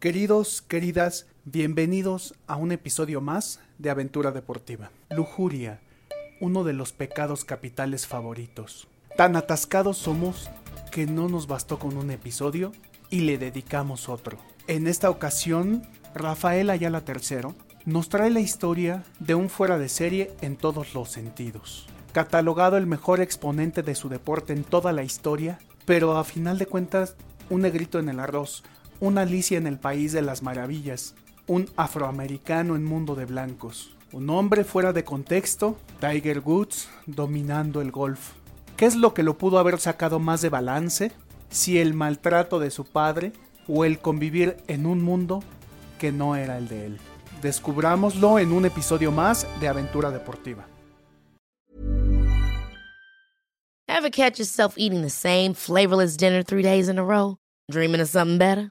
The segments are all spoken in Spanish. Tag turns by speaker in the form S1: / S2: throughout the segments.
S1: Queridos, queridas, bienvenidos a un episodio más de Aventura Deportiva. Lujuria, uno de los pecados capitales favoritos. Tan atascados somos que no nos bastó con un episodio y le dedicamos otro. En esta ocasión, Rafael Ayala III nos trae la historia de un fuera de serie en todos los sentidos. Catalogado el mejor exponente de su deporte en toda la historia, pero a final de cuentas, un negrito en el arroz, una Alicia en el País de las Maravillas, un afroamericano en mundo de blancos, un hombre fuera de contexto, Tiger Woods dominando el golf. ¿Qué es lo que lo pudo haber sacado más de balance? Si el maltrato de su padre o el convivir en un mundo que no era el de él. Descubrámoslo en un episodio más de Aventura Deportiva.
S2: Ever catch yourself eating the same flavorless dinner three days in a row? Dreaming of something better?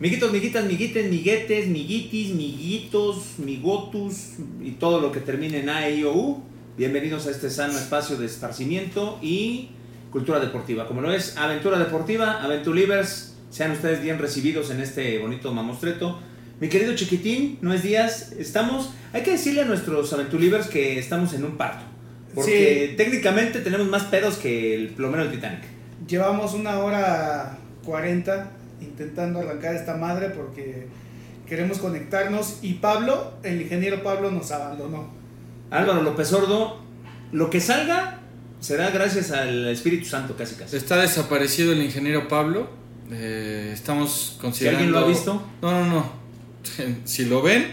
S3: Miguitos, miguitas, miguites, miguetes, miguitis, miguitos, migotus y todo lo que termine en A, I, O, U. Bienvenidos a este sano espacio de esparcimiento y cultura deportiva. Como lo es Aventura Deportiva, Aventurivers, sean ustedes bien recibidos en este bonito mamostreto. Mi querido chiquitín, no es días, estamos, hay que decirle a nuestros Aventurivers que estamos en un parto. Porque técnicamente tenemos más pedos que el plomero del Titanic.
S4: Llevamos una hora 40 intentando arrancar esta madre porque queremos conectarnos y Pablo, el ingeniero Pablo, nos abandonó.
S3: Álvaro López Sordo, lo que salga será gracias al Espíritu Santo, casi casi.
S5: Está desaparecido el ingeniero Pablo. Eh, estamos considerando.
S3: alguien lo ha visto?
S5: No, no, no. si lo ven,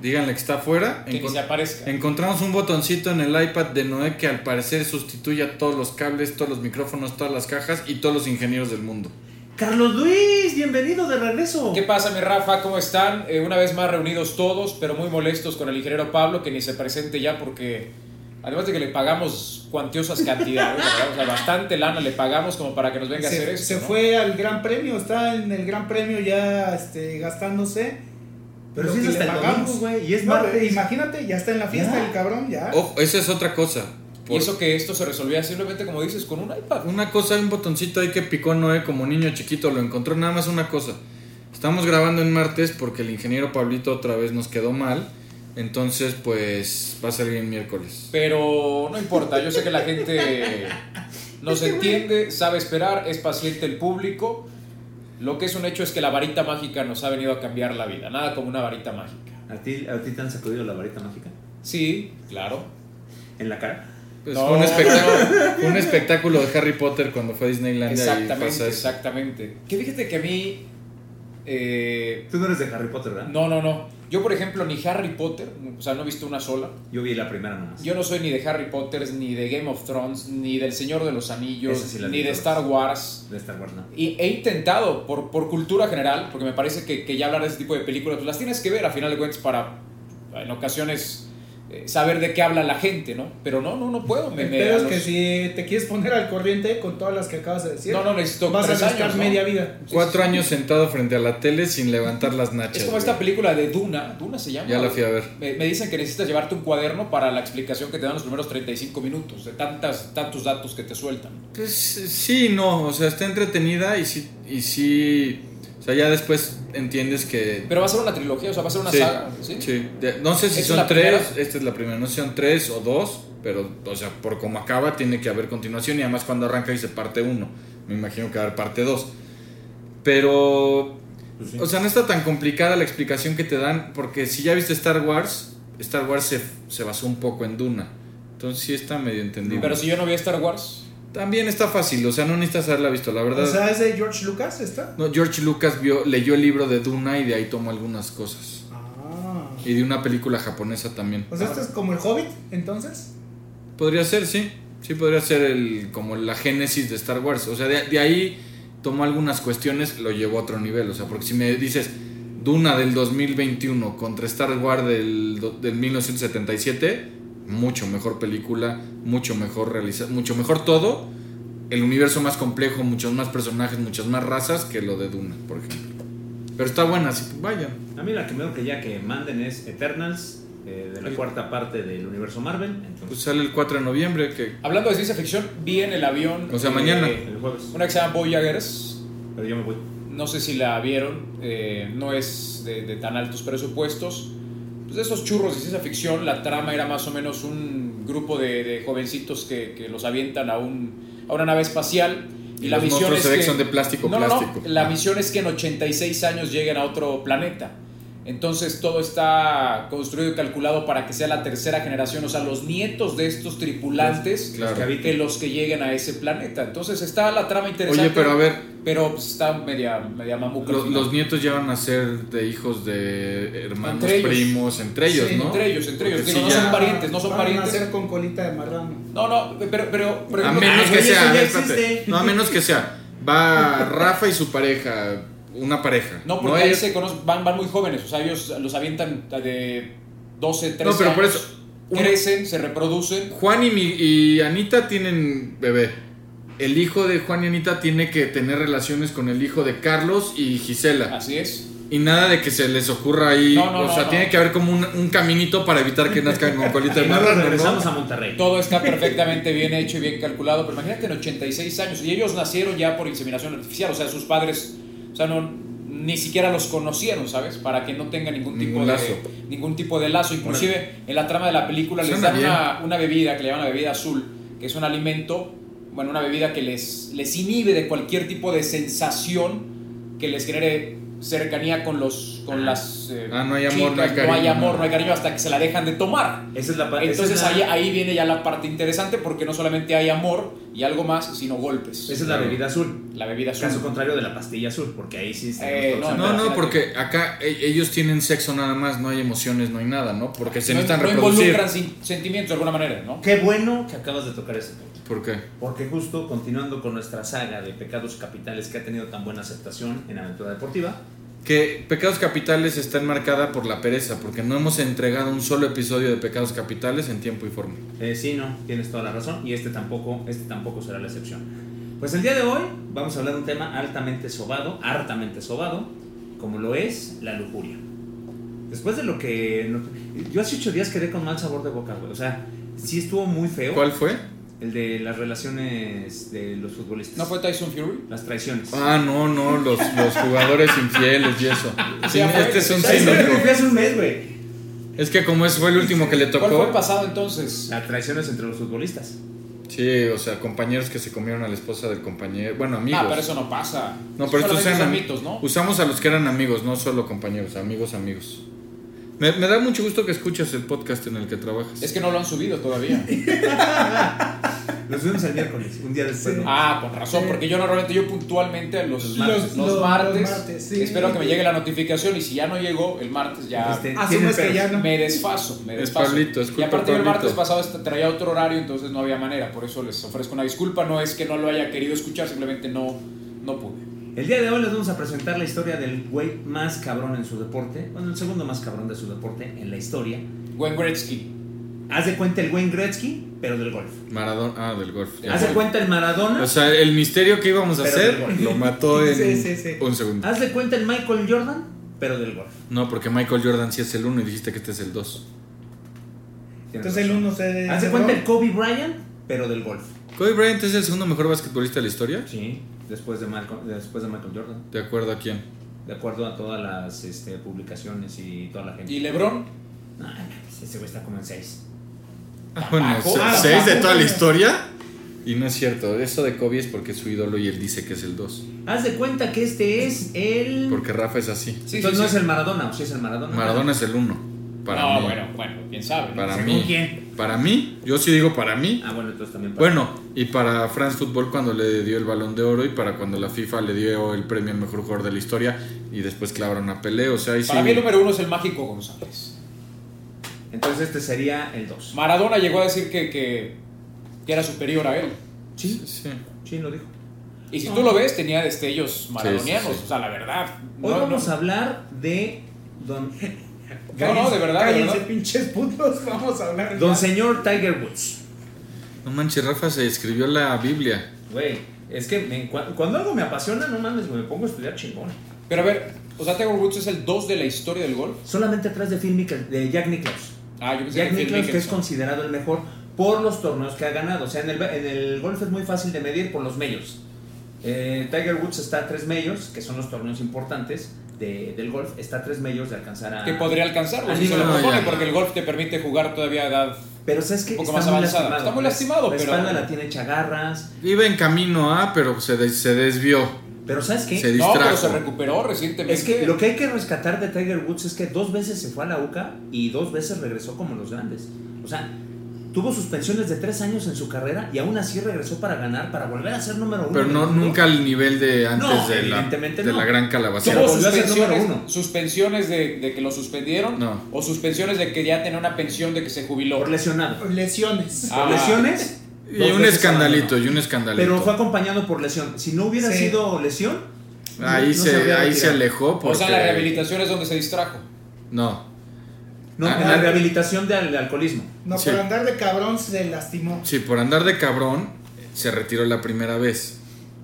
S5: díganle que está afuera.
S6: Que ni
S5: Encon-
S6: se aparezca.
S5: Encontramos un botoncito en el iPad de Noé que al parecer sustituye a todos los cables, todos los micrófonos, todas las cajas y todos los ingenieros del mundo.
S3: Carlos Luis, bienvenido de regreso.
S6: ¿Qué pasa, mi Rafa? ¿Cómo están? Eh, una vez más reunidos todos, pero muy molestos con el ingeniero Pablo, que ni se presente ya porque, además de que le pagamos cuantiosas cantidades, ¿verdad? O sea, bastante lana le pagamos como para que nos venga a hacer
S4: Se,
S6: eso.
S4: se fue al Gran Premio, está en el Gran Premio ya este, gastándose.
S3: Pero
S4: lo
S3: si es
S4: que le
S3: hasta el
S4: pagamos.
S3: domingo, güey, y es
S4: No,
S3: martes.
S4: imagínate, ya está en la fiesta
S3: Ya.
S4: el cabrón, ya.
S5: Ojo, esa es otra cosa.
S6: Y
S5: Por-
S6: eso que esto se resolvía simplemente, como dices, con un iPad.
S5: Una cosa, hay un botoncito ahí que picó Noé como niño chiquito, lo encontró. Nada más una cosa. Estamos grabando en martes porque el ingeniero Pablito otra vez nos quedó mal. Entonces, pues va a salir el miércoles.
S6: Pero no importa, yo sé que la gente nos entiende, sabe esperar, es paciente el público. Lo que es un hecho es que la varita mágica nos ha venido a cambiar la vida, nada como una varita mágica.
S3: ¿A ti, ¿A ti te han sacudido la varita mágica?
S6: Sí, claro.
S3: ¿En la cara?
S5: Pues,
S6: No,
S5: fue un, espectáculo,
S6: no.
S5: fue un espectáculo de Harry Potter cuando fue a Disneylandia. y
S6: Exactamente,
S5: pasa eso.
S6: exactamente. Que fíjate que a mí... eh,
S3: Tú no eres de Harry Potter, ¿verdad?
S6: no, no, no. Yo, por ejemplo, ni Harry Potter, o sea, no he visto una sola.
S3: Yo vi la primera nomás.
S6: Yo no soy ni de Harry Potter, ni de Game of Thrones, ni del Señor de los Anillos,
S3: Esa sí la
S6: ni
S3: vi
S6: de
S3: todas.
S6: Star Wars.
S3: De Star Wars, no.
S6: Y he intentado, por, por cultura general, porque me parece que, que ya hablar de este tipo de películas, pues las tienes que ver a final de cuentas para, en ocasiones, eh, saber de qué habla la gente, ¿no? Pero no, no, no puedo. Me,
S4: El
S6: me-
S4: pedo
S6: a
S4: es
S6: los-
S4: que si te quieres poner al corriente con todas las que acabas de decir,
S6: No, no, necesito
S4: vas a
S6: tres
S4: gastar
S6: años, ¿no?
S4: media vida.
S5: Cuatro años sentado frente a la tele sin levantar las nachas.
S6: Es como
S5: güey.
S6: esta película de Duna, Duna se llama.
S5: Ya la fui a ver.
S6: Me, me dicen que necesitas llevarte un cuaderno para la explicación que te dan los primeros 35 minutos, de tantas, tantos datos que te sueltan.
S5: Pues, sí, no, o sea, está entretenida y sí, y sí, o sea, ya después entiendes que...
S6: Pero va a ser una trilogía, o sea, va a ser una
S5: sí,
S6: saga, ¿sí?
S5: sí. De- No sé
S6: ¿Esta
S5: si
S6: es
S5: son
S6: la
S5: tres,
S6: primera?
S5: esta es la primera, no sé si son tres o dos, pero, o sea, por como acaba tiene que haber continuación y además cuando arranca dice parte uno, me imagino que va a haber parte dos. Pero
S6: Pues
S5: O sea, no está tan complicada la explicación que te dan, porque si ya viste Star Wars, Star Wars se, se basó un poco en Duna. Entonces sí está medio entendido.
S6: Pero si yo no vi Star Wars,
S5: También está fácil, o sea, no necesitas haberla visto, la verdad.
S4: O sea, ¿es de George Lucas esta?
S5: No, George Lucas vio, leyó el libro de Duna y de ahí tomó algunas cosas.
S4: Ah.
S5: Y de una película japonesa también.
S4: O sea, ¿esto es como el Hobbit, entonces?
S5: Podría ser, sí. Sí, podría ser el, como la génesis de Star Wars. O sea, de, de ahí tomó algunas cuestiones, lo llevó a otro nivel. O sea, porque si me dices Duna del 2021 contra Star Wars del, do- del 1977, mucho mejor película, mucho mejor realizada, mucho mejor todo. El universo más complejo, muchos más personajes, muchas más razas que lo de Duna, por ejemplo. Pero está buena, así que vayan.
S3: A mí la que me urge ya que manden es Eternals, eh, de la cuarta parte del universo Marvel. Entonces,
S5: Pues sale el 4 de noviembre, que
S6: hablando de ciencia ficción, vi en el avión. eh,
S5: O sea, mañana.
S3: eh, el jueves.
S6: Una que se llama Voyagers.
S3: Pero yo me voy.
S6: No sé si la vieron. eh, no es de, de tan altos presupuestos. Pues de esos churros de ciencia ficción, la trama era más o menos un grupo de, de jovencitos que, que los avientan a, un, a una nave espacial. Y,
S5: Y
S6: la
S5: los
S6: misión
S5: monstruos
S6: es
S5: se ve
S6: que
S5: que son de plástico,
S6: No, no, no,
S5: plástico. Ah.
S6: La misión es que en 86 años lleguen a otro planeta. Entonces todo está construido y calculado para que sea la tercera generación, o sea, los nietos de estos tripulantes
S5: Claro.
S6: que habiten los que lleguen a ese planeta. Entonces está la trama interesante.
S5: Oye, pero a ver,
S6: pero, pues, está media, media mamuca. al
S5: lo-
S6: final.
S5: los nietos ya van a ser de hijos de hermanos,
S6: Entre ellos.
S5: primos, entre ellos,
S4: Sí,
S5: ¿no?
S6: entre ellos, entre ellos.
S5: Porque
S6: Digo,
S5: sí,
S6: no
S5: ya-
S6: son parientes, no son
S4: Van
S6: parientes.
S4: a nacer con colita de marrano.
S6: No, no, pero, pero, por
S5: A
S6: ejemplo, ah,
S5: menos
S3: Ay,
S5: que
S3: güey,
S5: sea,
S3: eso
S5: a
S3: ya
S5: ver, espérate.
S3: existe.
S5: no, a menos que sea, va Rafa y su pareja, una pareja.
S6: no, porque ahí
S5: ellos-
S6: se conoce- van, van muy jóvenes, o sea, ellos los avientan de 12, 13
S5: No, pero por
S6: años,
S5: eso, un-
S6: crecen, se reproducen.
S5: Juan y, mi- y Anita tienen bebé. El hijo de Juan y Anita tiene que tener relaciones con el hijo de Carlos y Gisela.
S6: Así es.
S5: Y nada de que se les ocurra ahí.
S6: Ah. No, no,
S5: o sea,
S6: no,
S5: tiene
S6: no.
S5: que haber como un, un caminito para evitar que nazcan con colita de
S3: Y nosotros
S5: marrano, ¿no?
S3: regresamos a Monterrey.
S6: Todo está perfectamente bien hecho y bien calculado, pero imagínate en 86 años. Y ellos nacieron ya por inseminación artificial, o sea, sus padres, o sea, no, ni siquiera los conocieron, ¿sabes? Para que no tengan ningún, tipo,
S5: Ningún lazo.
S6: De, ningún tipo de lazo. Inclusive en la trama de la película les
S5: Suena
S6: dan una, una bebida que le llaman la bebida azul, que es un alimento, bueno, una bebida que les, les inhibe de cualquier tipo de sensación que les genere cercanía con los con las eh,
S5: Ah, no hay amor, no hay
S6: no hay
S5: cariño,
S6: amor
S5: no.
S6: no hay cariño hasta que se la dejan de tomar
S3: Esa es la parte.
S6: entonces
S3: esa es
S6: ahí,
S3: la,
S6: ahí viene ya la parte interesante porque no solamente hay amor y algo más, sino golpes.
S3: esa es la bebida azul.
S6: la bebida azul.
S3: Caso contrario de la pastilla azul, porque ahí sí está.
S6: Eh, no,
S5: No, no, porque acá e- ellos tienen sexo nada más, no hay emociones, no hay nada, ¿no? Porque se
S6: no,
S5: necesitan
S6: no
S5: reproducir.
S6: involucran sin- sentimientos de alguna manera, ¿no?
S3: Qué bueno que acabas de tocar ese punto.
S5: ¿Por qué?
S3: Porque justo continuando con nuestra saga de pecados capitales que ha tenido tan buena aceptación en Aventura Deportiva,
S5: Que Pecados Capitales está enmarcada por la pereza, porque no hemos entregado un solo episodio de Pecados Capitales en tiempo y forma.
S3: Eh, sí, no, tienes toda la razón y este tampoco, este tampoco será la excepción. Pues el día de hoy vamos a hablar de un tema altamente sobado, hartamente sobado, como lo es la lujuria. Después de lo que... no- yo hace ocho días quedé con mal sabor de boca, güey. O sea, sí estuvo muy feo
S5: ¿Cuál fue?
S3: el de las relaciones de los futbolistas.
S6: ¿No fue Tyson Fury?
S3: Las traiciones.
S5: Ah, no, no, los, los jugadores infieles y eso. Sí,
S6: ya fue.
S5: este es un
S6: Sí,
S3: Tyson Fury
S5: cínico.
S3: fue hace un mes, güey.
S5: Es que como ese fue el último que le
S6: ¿Cuál fue el
S5: tocó.
S6: pasado entonces?
S3: Las traiciones entre los futbolistas.
S5: Sí, o sea, compañeros que se comieron a la esposa del compañero. Bueno, amigos.
S6: Ah, pero eso no pasa.
S5: No, pero estos
S6: Solamente
S5: eran
S6: son
S5: am-
S6: mitos, ¿no?
S5: Usamos a los que eran amigos, no solo compañeros, amigos, amigos. Me, me da mucho gusto que escuches el podcast en el que trabajas.
S6: Es que no lo han subido todavía.
S3: Nos vimos el miércoles, un día después. ¿no?
S6: Ah, con razón, porque yo normalmente, yo puntualmente los,
S3: Los martes.
S6: los,
S4: Los-
S6: martes,
S4: los martes, sí.
S6: espero que me llegue la notificación y si ya no llegó, el martes ya...
S3: Este, tienen
S4: Asumes que
S3: pedos.
S4: ya no.
S6: Me desfaso, me
S5: Es
S6: desfaso.
S5: Pablito, es
S6: y
S5: culpa
S6: aparte yo el
S5: Pablito.
S6: martes pasado est- traía otro horario, entonces no había manera. Por eso les ofrezco una disculpa. No es que no lo haya querido escuchar, simplemente no, no pude.
S3: El día de hoy les vamos a presentar la historia del güey más cabrón en su deporte, bueno, el segundo más cabrón de su deporte en la historia.
S6: Gwen Gretzky.
S3: Haz de cuenta el Wayne Gretzky, pero del golf.
S5: Maradona, ah, del golf. ya
S3: Haz de
S5: sé.
S3: cuenta el Maradona.
S5: O sea, el misterio que íbamos a
S3: Pero
S5: hacer
S3: del golf.
S5: lo mató en
S4: Sí, sí, sí.
S5: un segundo.
S3: Haz de cuenta el Michael Jordan, pero del golf.
S5: No, porque Michael Jordan sí es el uno y dijiste que este es el 2.
S4: Entonces el uno se...
S3: Haz
S4: se
S3: de cuenta
S4: va.
S3: el Kobe Bryant, pero del golf.
S5: Kobe Bryant es el segundo mejor basquetbolista de la historia.
S3: Sí, después de Michael, después de Michael Jordan,
S5: ¿De acuerdo a quién?
S3: de acuerdo a todas las este, publicaciones y toda la gente.
S6: Y LeBron,
S3: Ay, ese güey está como en 6.
S5: Ah, bueno,
S6: Tampoco.
S5: se-
S6: Ah,
S5: ¿seis de
S4: tampoco.
S5: toda la historia? Y no es cierto, eso de Kobe es porque es su ídolo y él dice que es el 2.
S3: Haz de cuenta que este es el.
S5: Porque Rafa es así.
S6: Sí,
S3: Entonces
S6: sí,
S3: no es
S6: sí.
S3: el Maradona, o sí es el Maradona.
S5: Maradona es el 1. Para
S6: no,
S5: mí.
S6: bueno, bueno, quién sabe. ¿no?
S5: Para
S3: ¿Según
S5: mí.
S3: quién?
S5: Para mí, yo sí digo para mí.
S3: Ah, bueno, entonces también. para-
S5: Bueno, y para France Football cuando le dio el balón de oro y para cuando la FIFA le dio el premio al mejor jugador de la historia y después clavaron a Pelé, o sea, ahí
S6: Para
S5: sí.
S6: mí el número uno es el mágico González.
S3: Entonces este sería el 2.
S6: Maradona llegó a decir que, que, que era superior a él.
S3: Sí,
S5: Sí.
S3: sí, lo dijo.
S6: Y si tú lo ves, tenía destellos maradonianos.
S5: sí, sí.
S6: O sea, la verdad.
S3: Hoy
S6: no,
S3: vamos
S6: no,
S3: a hablar de don,
S6: No, no, de verdad, de
S4: Cállense,
S6: verdad.
S4: pinches putos, vamos a hablar.
S3: don
S4: ya.
S3: señor Tiger Woods.
S5: No manches, Rafa se escribió la Biblia.
S3: Güey, es que me- cu- cuando algo me apasiona, no mames, me pongo a estudiar chingón.
S6: Pero a ver, o sea, Tiger Woods es el 2 de la historia del golf.
S3: Solamente atrás de, Phil Mickel- de Jack Nicklaus.
S6: Ah, yo pensé
S3: Jack
S6: que Phil
S3: Nicklaus, que es
S6: Mickelson.
S3: considerado el mejor por los torneos que ha ganado. O sea, en el, en el golf es muy fácil de medir por los majors. Eh, Tiger Woods está a tres majors, que son los torneos importantes de- del golf. Está a tres majors de alcanzar a.
S6: que podría alcanzarlo
S3: Ah,
S6: si se lo
S5: no,
S6: propone,
S5: ya.
S6: porque el golf te permite jugar todavía a edad.
S3: Pero sabes que
S6: Un
S3: está,
S6: poco
S3: muy
S6: más avanzada.
S3: lastimado.
S6: Está muy lastimado,
S3: La
S6: pero-
S3: espalda la tiene hecha garras.
S5: Iba en camino a, pero se, des- se desvió.
S3: Pero ¿sabes qué?
S5: Se
S6: No, pero se
S5: distrajo.
S6: recuperó recientemente.
S3: Es que lo que hay que rescatar de Tiger Woods es que dos veces se fue a la UCA y dos veces regresó como los grandes. O sea, tuvo suspensiones de tres años en su carrera y aún así regresó para ganar, para volver a ser número uno.
S5: pero no,
S3: del mundo.
S5: nunca al nivel de antes
S3: No,
S5: de, la,
S3: evidentemente
S5: de
S3: no.
S5: la gran calabacera.
S6: Tuvo
S3: Pero volvió a ser
S6: suspensiones,
S3: número uno.
S6: suspensiones de, de que lo suspendieron
S5: No.
S6: o suspensiones de que ya tenía una pensión de que se jubiló.
S3: Por lesionado.
S4: Lesiones.
S6: Ah.
S3: Por lesiones.
S5: Y
S3: dos
S5: un
S3: veces
S5: escandalito,
S3: abandonó.
S5: y un escandalito.
S3: Pero fue acompañado por lesión. Si no hubiera
S4: Sí.
S3: sido lesión,
S5: ahí
S3: no se
S5: se,
S3: habría
S5: ahí se
S3: retirado.
S5: alejó
S6: O
S5: porque...
S6: sea, la rehabilitación es donde se distrajo.
S5: No,
S3: no,
S5: Ah,
S3: la
S5: ah.
S3: rehabilitación del alcoholismo.
S4: No,
S5: Sí.
S4: por andar de cabrón se lastimó.
S5: Sí, por andar de cabrón, se retiró la primera vez.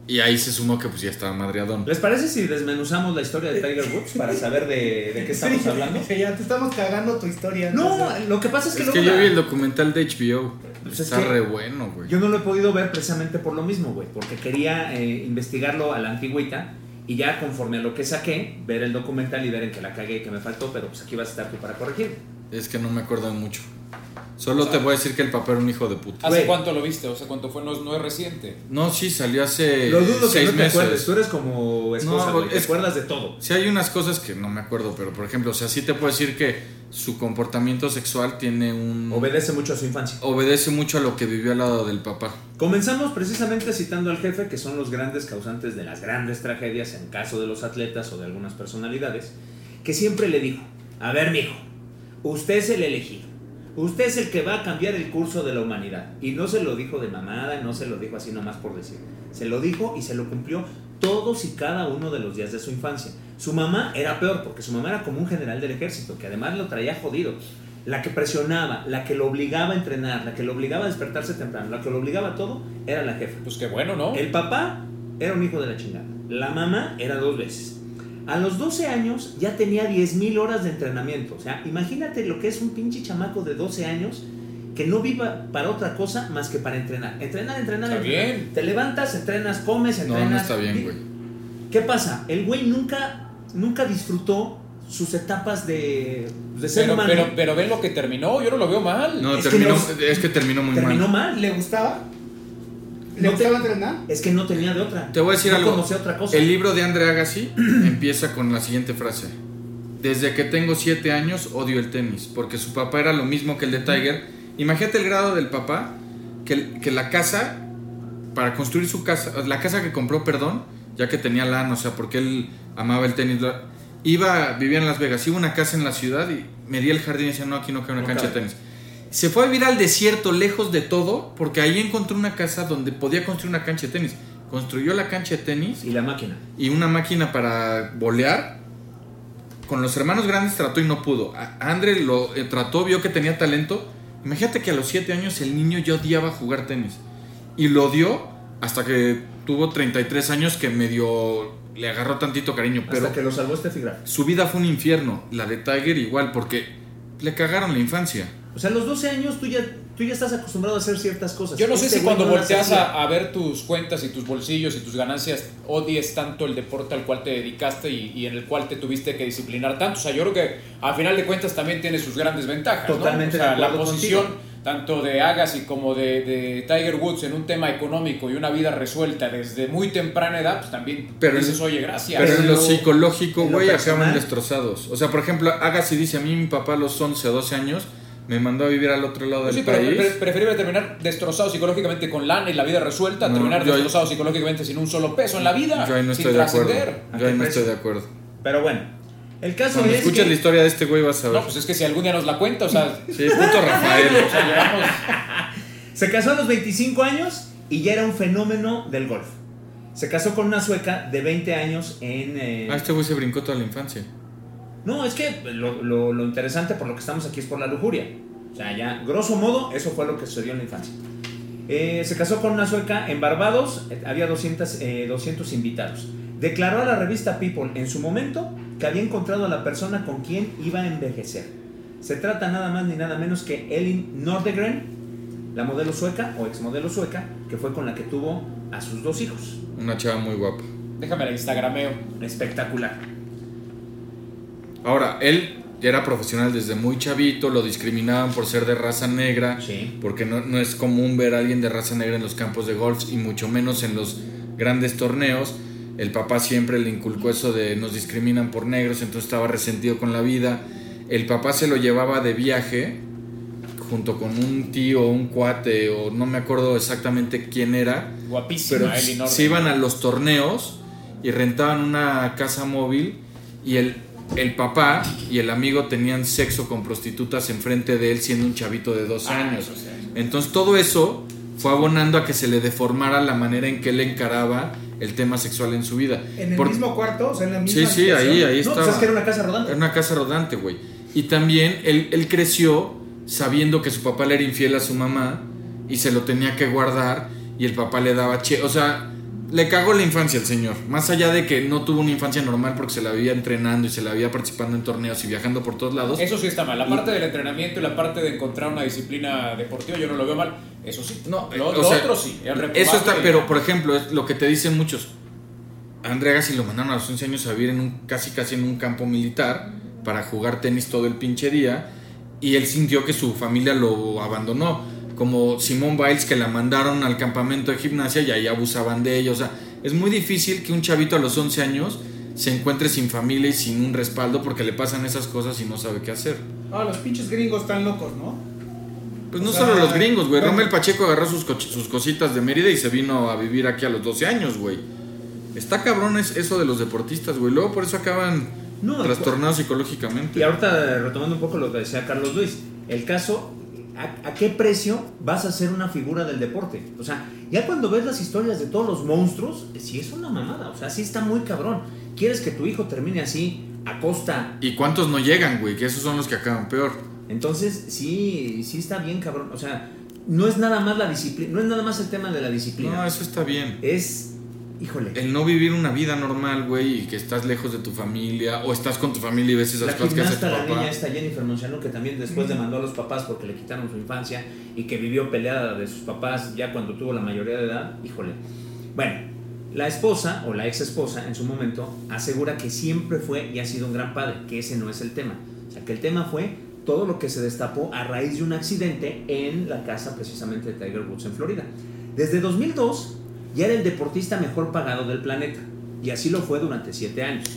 S5: Y ahí se sumó que pues ya estaba madreadón.
S3: ¿Les parece si desmenuzamos la historia de Tiger Woods para saber de, de qué estamos
S4: Sí,
S3: hablando?
S4: que ya te estamos cagando tu historia.
S3: No,
S4: Entonces,
S3: lo que pasa es que
S5: Es
S3: luego
S5: que yo
S3: la-
S5: vi el documental de HBO.
S3: Pues es
S5: Está
S3: que-
S5: re bueno, güey.
S3: Yo no lo he podido ver precisamente por lo mismo, güey, porque quería eh, investigarlo a la antigüita y ya conforme a lo que saqué, ver el documental y ver en que la cagué y que me faltó, pero pues aquí vas a estar tú para corregir.
S5: Es que no me acuerdo mucho. Solo te voy a decir que el papá era un hijo de puta.
S6: ¿Hace
S3: Güey.
S6: cuánto lo viste? O sea, cuánto fue, no, es- no es reciente.
S5: No, sí, salió hace
S3: lo dudo que
S5: Eh, seis
S3: no te
S5: meses.
S3: acuerdes, tú eres como esposa,
S5: No,
S3: güey, te
S5: es-
S3: acuerdas de todo.
S5: Sí hay unas cosas que no me acuerdo, pero por ejemplo, o sea, sí te puedo decir que su comportamiento sexual tiene un...
S3: Obedece mucho a su infancia.
S5: obedece mucho a lo que vivió al lado del papá.
S3: Comenzamos precisamente citando al jefe, que son los grandes causantes de las grandes tragedias en caso de los atletas o de algunas personalidades, que siempre le dijo, a ver mijo, usted es el elegido, usted es el que va a cambiar el curso de la humanidad. Y no se lo dijo de mamada, no se lo dijo así nomás por decir, se lo dijo y se lo cumplió todos y cada uno de los días de su infancia. Su mamá era peor, porque su mamá era como un general del ejército, que además lo traía jodido la que presionaba, la que lo obligaba a entrenar, la que lo obligaba a despertarse temprano, la que lo obligaba a todo, era la jefa.
S6: Pues qué bueno, ¿no?
S3: El papá era un hijo de la chingada. La mamá era dos veces. A los 12 años ya tenía 10.000 horas de entrenamiento. O sea, imagínate lo que es un pinche chamaco de 12 años que no viva para otra cosa más que para entrenar. Entrenar, entrenar,
S6: Está
S3: entrenar.
S6: bien.
S3: Te levantas, entrenas, comes,
S5: No,
S3: entrenas.
S5: no está bien,
S3: Y-
S5: güey.
S3: ¿Qué pasa? El güey nunca, nunca disfrutó sus etapas de, de ser
S6: pero,
S3: humano.
S6: pero, pero ven lo que terminó, yo no lo veo mal.
S5: No,
S3: Es que
S5: terminó,
S3: los-
S5: es que terminó muy mal.
S3: terminó mal.
S4: ¿Le gustaba? ¿Le
S3: No te-
S4: gustaba entrenar?
S3: Es que no tenía de otra.
S5: Te voy a decir
S3: no
S5: algo.
S3: conocía otra cosa.
S5: El libro de Andre Agassi empieza con la siguiente frase. Desde que tengo 7 años odio el tenis, porque su papá era lo mismo que el de Tiger. Imagínate el grado del papá, que, que la casa, para construir su casa, la casa que compró, perdón, ya que tenía lana, o sea, porque él amaba el tenis. la- Iba, vivía en Las Vegas, iba a una casa en la ciudad y medía el jardín y decía, no, aquí no cabe una
S3: No
S5: cancha
S3: cabe.
S5: de tenis. Se fue a vivir al desierto, lejos de todo, porque ahí encontró una casa donde podía construir una cancha de tenis. Construyó la cancha de tenis
S3: Y la máquina.
S5: y una máquina para bolear. Con los hermanos grandes trató y no pudo. A- Andre lo eh, trató, vio que tenía talento. Imagínate que a los 7 años el niño ya odiaba jugar tenis. Y lo dio hasta que tuvo 33 años que medio le agarró tantito cariño. Pero
S3: hasta que lo salvó este figura.
S5: su vida fue un infierno. La de Tiger igual, porque le cagaron la infancia.
S3: O sea, a los 12 años tú ya, tú ya estás acostumbrado a hacer ciertas cosas.
S6: Yo no sé
S3: Este
S6: si
S3: güey
S6: cuando
S3: no las
S6: volteas
S3: hacía.
S6: a, a ver tus cuentas y tus bolsillos y tus ganancias odies tanto el deporte al cual te dedicaste y, y en el cual te tuviste que disciplinar tanto. O sea, yo creo que a final de cuentas también tiene sus grandes ventajas. ¿no?
S3: Totalmente
S6: O sea,
S3: de
S6: la
S3: acuerdo
S6: posición tanto de Agassi como de, de Tiger Woods en un tema económico y una vida resuelta desde muy temprana edad, pues también
S5: Pero
S6: dices,
S5: en-
S6: oye, gracias.
S5: Pero en lo
S3: Pero-
S5: psicológico,
S3: en lo
S5: güey, acaban
S3: personal.
S5: destrozados. O sea, por ejemplo, Agassi dice, a mí mi papá a los 11 o 12 años me mandó a vivir al otro lado del
S6: Pues Sí, pero
S5: país.
S6: pre- preferible terminar destrozado psicológicamente con lana y la vida resuelta, a
S5: No,
S6: terminar
S5: yo ahí-
S6: destrozado psicológicamente sin un solo peso en la vida,
S5: Yo ahí no
S6: sin
S5: estoy de acuerdo.
S6: trascender.
S3: ¿A
S5: Yo ahí
S3: qué
S5: no
S3: precio?
S5: estoy de acuerdo.
S3: Pero bueno, el caso
S5: Cuando
S3: es que
S5: escuches la historia de este güey vas a ver.
S6: No, pues es que si algún día nos la cuenta, o sea,
S5: Sí, puto Rafael. o sea,
S6: llevamos
S3: se casó a los 25 años y ya era un fenómeno del golf. Se casó con una sueca de 20 años en... eh,
S5: ah, este güey se brincó toda la infancia.
S3: No, es que lo, lo- lo interesante por lo que estamos aquí es por la lujuria. O sea, ya, grosso modo, eso fue lo que sucedió en la infancia. Eh, se casó con una sueca en Barbados, eh, había 200, eh, 200 invitados. Declaró a la revista People en su momento que había encontrado a la persona con quien iba a envejecer. Se trata nada más ni nada menos que Elin Nordegren, la modelo sueca o exmodelo sueca, que fue con la que tuvo a sus dos hijos.
S5: Una chava muy guapa.
S6: Déjame la Instagrameo.
S3: Espectacular.
S5: Ahora, él era profesional desde muy chavito, lo discriminaban por ser de raza negra,
S3: Sí.
S5: porque no, no es común ver a alguien de raza negra en los campos de golf y mucho menos en los grandes torneos. El papá siempre le inculcó eso de nos discriminan por negros, entonces estaba resentido con la vida. El papá se lo llevaba de viaje junto con un tío, un cuate, o no me acuerdo exactamente quién era,
S6: Guapísima,
S5: pero pues,
S6: Eli Norden.
S5: se iban a los torneos y rentaban una casa móvil y el, el papá y el amigo tenían sexo con prostitutas enfrente de él siendo un chavito de dos
S6: Ah,
S5: años.
S6: eso sí.
S5: Entonces todo eso fue abonando a que se le deformara la manera en que él encaraba el tema sexual en su vida.
S4: En el
S5: Por-
S4: mismo cuarto, o sea, en la misma
S5: Sí, sí, ahí,
S4: habitación.
S5: ahí
S3: No,
S5: estaba.
S3: pues es que era una casa rodante.
S5: Era una casa rodante, güey. Y también él, él creció sabiendo que su papá le era infiel a su mamá y se lo tenía que guardar y el papá le daba che. O sea, le cagó la infancia el señor. Más allá de que no tuvo una infancia normal porque se la vivía entrenando y se la vivía participando en torneos y viajando por todos lados.
S6: Eso sí está mal. La parte del entrenamiento y la parte de encontrar una disciplina deportiva, yo no lo veo mal. Eso sí.
S5: No, eh,
S6: lo,
S5: o
S6: lo
S5: sea,
S6: otro sí. el
S5: Eso
S6: reprobable.
S5: está, pero por ejemplo, es lo que te dicen muchos. A Andrea Gassi lo mandaron a los 11 años a vivir en un, casi casi en un campo militar para jugar tenis todo el pinche día y él sintió que su familia lo abandonó. Como Simone Biles que la mandaron al campamento de gimnasia y ahí abusaban de ella. O sea, es muy difícil que un chavito a los 11 años se encuentre sin familia y sin un respaldo porque le pasan esas cosas y no sabe qué hacer.
S4: Ah, los pinches gringos están locos, ¿no?
S5: Pues no
S4: O sea,
S5: solo los gringos, güey.
S4: bueno.
S5: Romel Pacheco agarró sus, co- sus cositas de Mérida y se vino a vivir aquí a los 12 años, güey. Está cabrón es- eso de los deportistas, güey. Luego por eso acaban
S3: No, de
S5: trastornados
S3: Y
S5: psicológicamente.
S3: ahorita retomando un poco lo que decía Carlos Luis, el caso, ¿a, a qué precio vas a ser una figura del deporte? O sea, ya cuando ves las historias de todos los monstruos, sí es una mamada, o sea, sí está muy cabrón. ¿Quieres que tu hijo termine así a costa?
S5: ¿Y cuántos no llegan, güey? Que esos son los que acaban peor.
S3: Entonces, sí, sí está bien cabrón, o sea, no es nada más la disciplina, no es nada más el tema de la
S5: No,
S3: disciplina.
S5: eso está bien.
S3: Es, híjole,
S5: El no vivir una vida normal, güey, y que estás lejos de tu familia o estás con tu familia y ves esas
S3: La
S5: cosas que hace tu
S3: gimnasta, la
S5: papá.
S3: niña esta Jennifer Monchano, que también después demandó a los papás porque le quitaron su infancia y que vivió peleada de sus papás ya cuando tuvo la mayoría de edad, híjole. Bueno, la esposa o la ex esposa en su momento asegura que siempre fue y ha sido un gran padre, que ese no es el tema. O sea, que el tema fue todo lo que se destapó a raíz de un accidente en la casa precisamente de Tiger Woods en Florida. Desde 2002 ya era el deportista mejor pagado del planeta y así lo fue durante siete años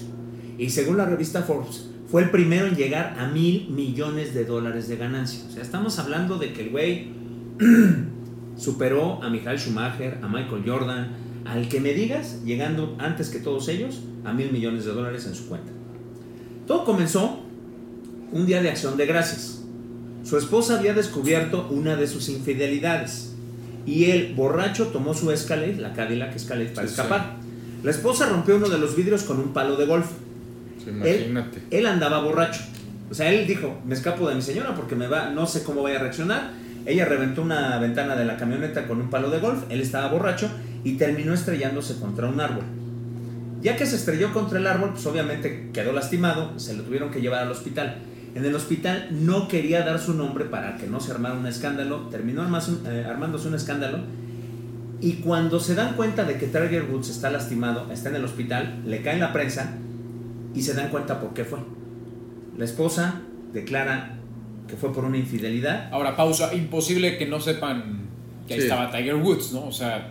S3: y según la revista Forbes, fue el primero en llegar a mil millones de dólares de ganancia. O sea, estamos hablando de que el güey superó a Michael Schumacher, a Michael Jordan, al que me digas, llegando antes que todos ellos a mil millones de dólares en su cuenta. Todo comenzó un día de acción de gracias. Su esposa había descubierto una de sus infidelidades y el borracho tomó su Escalade, la Cadillac Escalade, para
S5: Sí, sí.
S3: escapar. La esposa rompió uno de los vidrios con un palo de golf.
S5: Sí, Pues Imagínate.
S3: Él andaba borracho. O sea, él dijo, me escapo de mi señora porque me va, no sé cómo vaya a reaccionar. Ella reventó una ventana de la camioneta con un palo de golf, él estaba borracho y terminó estrellándose contra un árbol. Ya que se estrelló contra el árbol, pues obviamente quedó lastimado, se lo tuvieron que llevar al hospital. En el hospital no quería dar su nombre para que no se armara un escándalo, terminó armas- eh, armándose un escándalo y cuando se dan cuenta de que Tiger Woods está lastimado, está en el hospital, le cae en la prensa y se dan cuenta por qué fue. La esposa declara que fue por una infidelidad.
S6: Ahora, pausa. Imposible que no sepan que ahí
S5: Sí.
S6: estaba Tiger Woods, ¿no? O sea,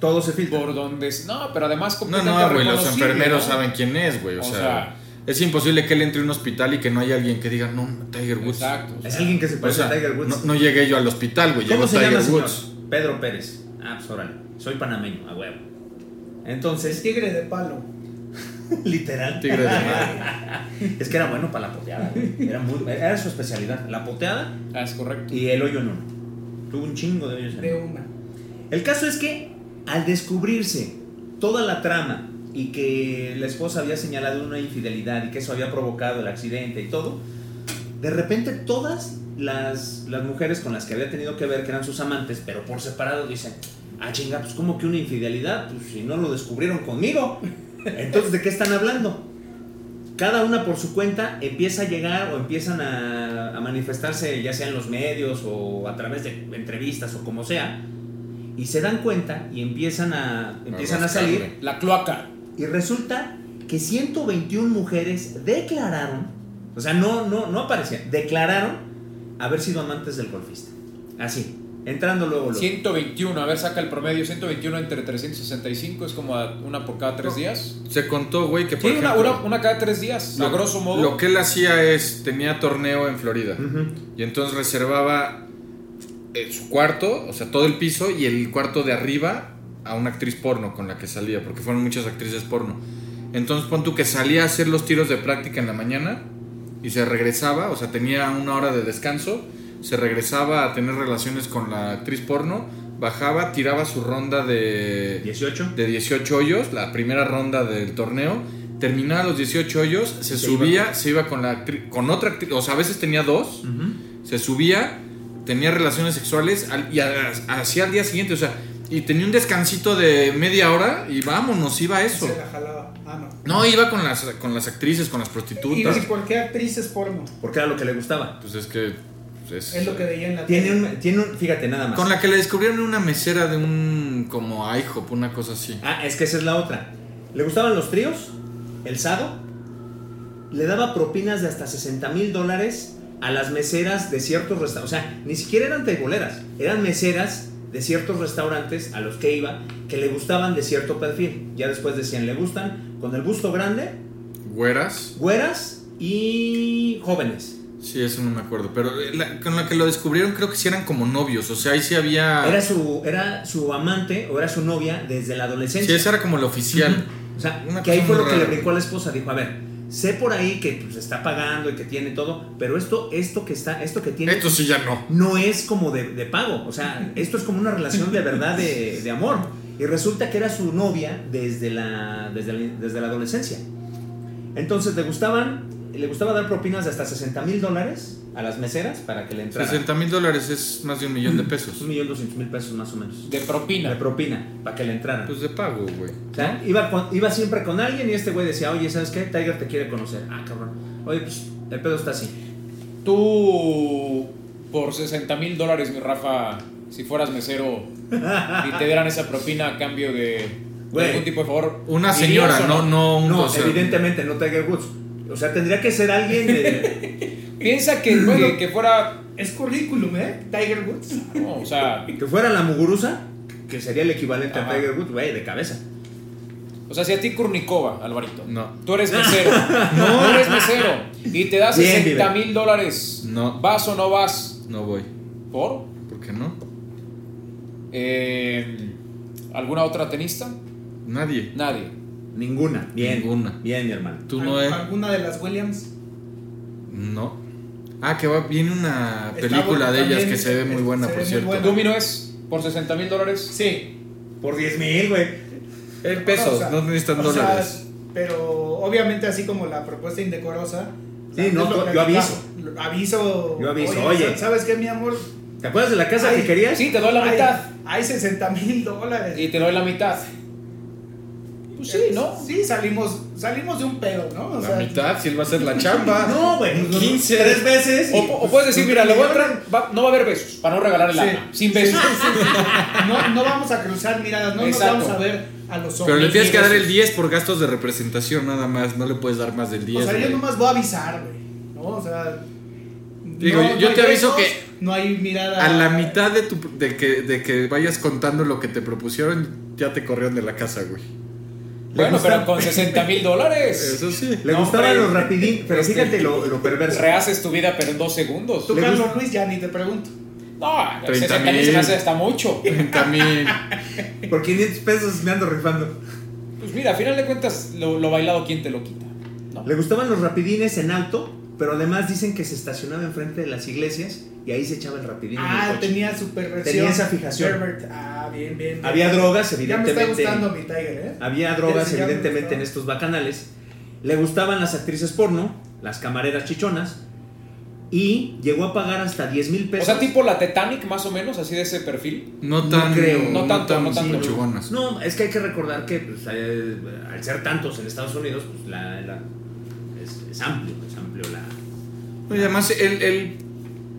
S3: Todo se filtra.
S6: por donde. es- No, pero además
S5: No,
S6: completamente
S5: no, güey, los
S6: reconocible,
S5: enfermeros
S6: ¿no?
S5: saben quién es, güey. O,
S6: O
S5: sea,
S6: sea-
S5: es imposible que él entre a un hospital y que no haya alguien que diga, no, Tiger Woods.
S6: Exacto. o sea,
S3: Es alguien que se
S5: O
S3: parece
S5: sea,
S3: a Tiger Woods.
S5: no, no llegué yo al hospital, güey, llegó
S3: ¿Cómo se
S5: Tiger
S3: llama, señor?
S5: Woods.
S3: Pedro Pérez. Ah, pues órale. Soy panameño, a huevo. Entonces,
S4: Tigre de palo.
S3: literal.
S5: Tigre de madre.
S3: Es que era bueno para la poteada, güey. Era, muy- era su especialidad. La poteada
S6: ah, es correcto.
S3: y el hoyo en uno. Tuvo un chingo de hoyos en
S4: De
S3: uno.
S4: una.
S3: El caso es que al descubrirse toda la trama y que la esposa había señalado una infidelidad y que eso había provocado el accidente y todo, de repente todas las, las mujeres con las que había tenido que ver, que eran sus amantes, pero por separado, dicen, ah chinga, pues como que una infidelidad, pues si no lo descubrieron conmigo, entonces ¿de qué están hablando? Cada una por su cuenta empieza a llegar o empiezan a, a manifestarse, ya sea en los medios o a través de entrevistas o como sea, y se dan cuenta y empiezan a, empiezan a
S5: rascarle.
S3: salir
S6: La cloaca.
S3: y resulta que 121 mujeres declararon, o sea, no, no, no aparecían, declararon haber sido amantes del golfista. Así, entrando luego. luego.
S6: 121, a ver, saca el promedio. 121 entre 365 es como a- una por cada tres días.
S5: Se contó, güey, que por
S6: Sí, una,
S5: ejemplo,
S6: una, una cada tres días, a
S5: lo-
S6: grosso modo.
S5: Lo que él hacía es, tenía torneo en Florida.
S3: Ujú.
S5: Y entonces reservaba eh, su cuarto, o sea, todo el piso y el cuarto de arriba a una actriz porno con la que salía, porque fueron muchas actrices porno. Entonces pon tú que salía a hacer los tiros de práctica en la mañana y se regresaba, o sea, tenía una hora de descanso, se regresaba a tener relaciones con la actriz porno, bajaba, tiraba su ronda de,
S3: 18.
S5: de 18 hoyos, la primera ronda del torneo, terminaba los 18 hoyos, se,
S3: Se
S5: subía,
S3: iba.
S5: se iba con, la actri- con otra actriz, o sea, a veces tenía dos
S3: Ujú.
S5: se subía, tenía relaciones sexuales al- y a- hacía al día siguiente, o sea, y tenía un descansito de media hora y vámonos, iba a eso.
S4: Se la jalaba. Ah, no.
S5: No, iba con las, con las actrices, con las
S4: ¿Y
S5: prostitutas.
S4: de por qué actrices porno?
S3: Porque era lo que le gustaba.
S5: Pues es que... pues
S4: Es
S5: es-
S4: lo que veía en la
S3: Tiene
S4: tele.
S3: un, tiene un, fíjate nada más.
S5: Con la que le descubrieron en una mesera de un... como IHOP, una cosa así.
S3: Ah, es que esa es la otra. Le gustaban los tríos, el sado, le daba propinas de hasta 60 mil dólares a las meseras de ciertos restaurantes. O sea, ni siquiera eran teiboleras, eran meseras de ciertos restaurantes a los que iba que le gustaban de cierto perfil. Ya después decían, le gustan con el busto grande,
S5: Güeras.
S3: güeras y jóvenes.
S5: Sí, eso no me acuerdo. Pero eh, la- con la que lo descubrieron creo que sí eran como novios. O sea, ahí sí había...
S3: Era su, era su amante o era su novia desde la adolescencia.
S5: sí, esa era como la oficial.
S3: O sea,
S5: Una
S3: que ahí
S5: cosa
S3: fue
S5: muy
S3: lo que le
S5: rara.
S3: brincó a la esposa. Dijo, a ver, sé por ahí que pues, está pagando y que tiene todo, pero esto, esto que está, esto que tiene
S5: Esto sí ya no.
S3: no es como de, de pago. O sea, esto es como una relación de verdad de, de amor. Y resulta que era su novia desde la, desde la, desde la adolescencia. Entonces le gustaban, le gustaba dar propinas de hasta 60 mil dólares a las meseras para que le entrara
S5: 60 mil dólares es más de un millón de pesos.
S3: un millón doscientos mil pesos más o menos.
S6: De propina.
S3: De propina, para que le entraran.
S5: Pues de pago, güey.
S3: O sea, iba, con- iba siempre con alguien y este güey decía, oye, ¿sabes qué? Tiger te quiere conocer. Ah, cabrón. Oye, pues el pedo está así.
S6: Tú, por 60 mil dólares, mi Rafa, si fueras mesero y te dieran esa propina a cambio de, de
S3: Güey.
S6: algún tipo de favor.
S5: Una
S6: ¿irías
S5: señora, no,
S6: o
S5: no un
S3: No,
S5: o sea,
S3: evidentemente, no Tiger Woods. O sea, tendría que ser alguien de...
S6: Piensa que,
S4: Bueno.
S6: que, que fuera,
S4: Es currículum, ¿eh? Tiger Woods.
S6: no, o sea,
S3: que fuera la muguruza, que sería el equivalente
S6: Ajá.
S3: a Tiger Woods, güey, de cabeza.
S6: o sea, si a ti Kurnikova, Alvarito,
S5: No.
S6: tú eres mesero, no eres mesero y te das
S3: Bien,
S6: 60 mil dólares,
S5: No.
S6: ¿vas o no vas?
S5: No voy.
S6: ¿Por?
S5: ¿Por qué no?
S6: Eh, ¿Alguna otra tenista?
S5: Nadie.
S6: Nadie.
S3: Ninguna. Bien.
S5: Ninguna.
S3: Bien, mi hermano.
S5: Tú no eh. es.
S4: ¿Alguna de las Williams?
S5: No. Ah, que va, viene una
S4: Está
S5: película
S4: buena
S5: de ellas
S4: también,
S5: que se ve muy
S4: se
S5: buena,
S4: ve
S5: por
S4: muy
S5: cierto.
S4: buena.
S6: ¿Domino es por 60 mil dólares?
S4: Sí.
S3: Por 10 mil, güey.
S5: En pesos,
S4: O sea,
S5: no necesitan
S4: o sea,
S5: dólares.
S4: pero obviamente así como la propuesta indecorosa.
S3: Sí, no,
S4: es lo
S3: yo-
S4: que-
S3: yo aviso.
S4: lo- Aviso.
S3: Yo aviso, oye.
S4: ¿Sabes qué, mi amor?
S3: ¿Te acuerdas de la casa
S4: Ay,
S3: que querías?
S6: Sí, te doy la
S4: Hay-
S6: mitad.
S4: Hay 60 mil dólares.
S6: Y te doy la mitad. Pues sí, ¿no?
S4: Sí, salimos, salimos de un pedo, ¿no? O
S5: La
S4: sea,
S5: mitad, si él va a hacer la chamba.
S3: No, güey.
S5: 15.
S3: Tres veces.
S6: O, o puedes decir, mira, le voy a traer, va- no va a haber besos, para no regalar el
S4: Sí.
S6: alma. Sin besos.
S4: No, no vamos a cruzar miradas, no
S6: Exacto.
S4: nos vamos a ver a los ojos.
S5: Pero le tienes que
S4: Ni
S5: dar el
S4: besos.
S5: 10 por gastos de representación nada más. No le puedes dar más del 10.
S4: O sea, yo
S5: güey.
S4: nomás voy a avisar, güey. ¿no? O sea,
S5: Digo, yo te
S4: hay
S5: aviso
S4: besos,
S5: que
S4: No hay mirada.
S5: a la mitad de, tu, de, que, de que vayas contando lo que te propusieron, ya te corrieron de la casa, güey.
S6: Bueno,
S3: gusta?
S6: pero con 60 mil dólares.
S5: Eso sí.
S3: Le
S6: No,
S3: gustaban
S6: hombre. Este,
S3: los rapidín, pero fíjate lo, lo perverso.
S6: Rehaces tu vida, pero en dos segundos.
S4: Tú,
S3: le
S4: Carlos
S3: gusta-
S4: Ruiz, ya ni te pregunto.
S6: No,
S5: 30,000.
S6: 60 mil se me hace hasta mucho.
S5: También.
S3: Por 500 pesos me ando rifando.
S6: Pues mira, al final de cuentas, lo, lo bailado, ¿quién te lo quita? No.
S3: Le gustaban los rapidines en auto, pero además dicen que se estacionaba enfrente de las iglesias y ahí se echaba el rapidín. en el
S4: Ah,
S3: coche.
S4: tenía superversión.
S3: Tenía esa fijación.
S4: Pervert. Ah, bien, bien. bien.
S3: Había drogas,
S4: Ya me está
S3: evidentemente.
S4: gustando mi Tiger, ¿eh?
S3: Había drogas,
S4: Ya me
S3: evidentemente,
S4: gustó.
S3: en estos bacanales. Le gustaban las actrices porno, las camareras chichonas, y llegó a pagar hasta 10 mil
S6: O
S3: pesos.
S6: sea, tipo la Titanic, más o menos, así de ese perfil.
S5: No tan.
S3: creo,
S6: no tanto,
S5: tan
S6: no tanto.
S5: chigonas.
S3: No, es que hay que recordar que pues, eh, al ser tantos en Estados Unidos, pues la, la- es, es amplio, es amplio la...
S5: No, Y además él, él,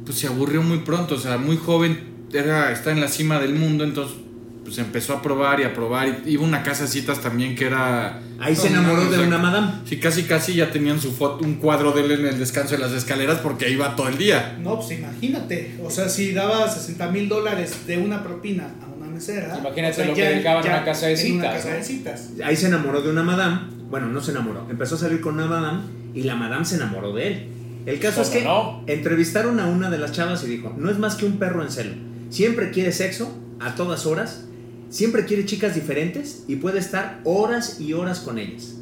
S5: pues, se aburrió muy pronto, o sea, muy joven, era, está en la cima del mundo, entonces pues empezó a probar y a probar. y iba a una casa de citas también que era...
S3: Ahí
S5: No,
S3: se enamoró
S5: no,
S3: de
S5: o sea,
S3: una madame.
S5: Sí, casi casi ya tenían su foto, un cuadro de él en el descanso de las escaleras porque iba todo el día.
S4: No, pues imagínate. O sea, si daba 60 mil dólares de una propina a una mesera.
S6: Pues Imagínate
S4: o sea,
S6: lo que dejaban en una casa de
S4: en una
S6: citas,
S4: casa
S6: ¿no?
S4: de citas.
S3: Ahí se enamoró de una madame. Bueno, no se enamoró. Empezó a salir con una madame y la madame se enamoró de él. El caso es
S6: ¿Cómo
S3: que
S6: no?
S3: entrevistaron a una de las chavas y dijo, no es más que un perro en celo. Siempre quiere sexo a todas horas, siempre quiere chicas diferentes y puede estar horas y horas con ellas.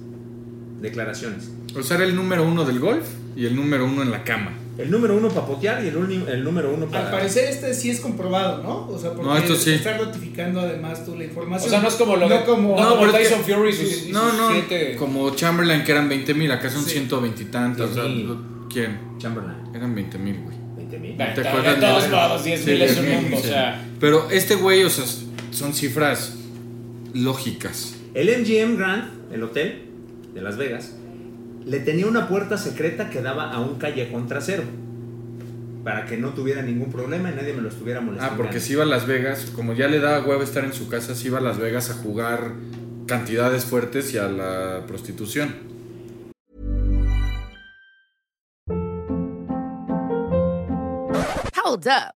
S3: Declaraciones.
S5: O sea, era el número uno del golf y el número uno en la cama.
S3: El número uno para potear y el, uni- el número
S6: Ah.
S3: uno para...
S4: Al parecer este sí es comprobado, ¿no? O sea, porque
S5: No, esto sí.
S4: estás ratificando además tú la información.
S6: O sea, no es como lo
S4: no
S6: de-
S4: como
S6: no, como
S5: pero es
S6: Tyson
S5: que-
S6: Fury y sus- y
S5: no,
S6: sus
S5: no,
S6: siete-
S5: como Chamberlain que eran 20 mil, acá son
S4: Sí.
S5: 120 y tantas. o sea,
S3: 10,000.
S5: ¿Quién?
S3: Chamberlain,
S5: Eran 20 mil, güey.
S3: 20 mil.
S6: Bueno,
S5: ¿Te
S6: de
S5: acuerdas
S6: todos
S5: de-
S6: modos, 10
S5: Sí,
S6: mil es un
S5: 10,000,
S6: mundo, o
S5: sí.
S6: sea.
S5: Pero este güey, o sea, son cifras lógicas.
S3: El MGM Grand, el hotel de Las Vegas, le tenía una puerta secreta que daba a un callejón trasero. Para que no tuviera ningún problema y nadie me lo estuviera molestando.
S5: Ah, porque si iba a Las Vegas, como ya le daba huevo estar en su casa, si iba a Las Vegas a jugar cantidades fuertes y a la prostitución.
S2: Hold up.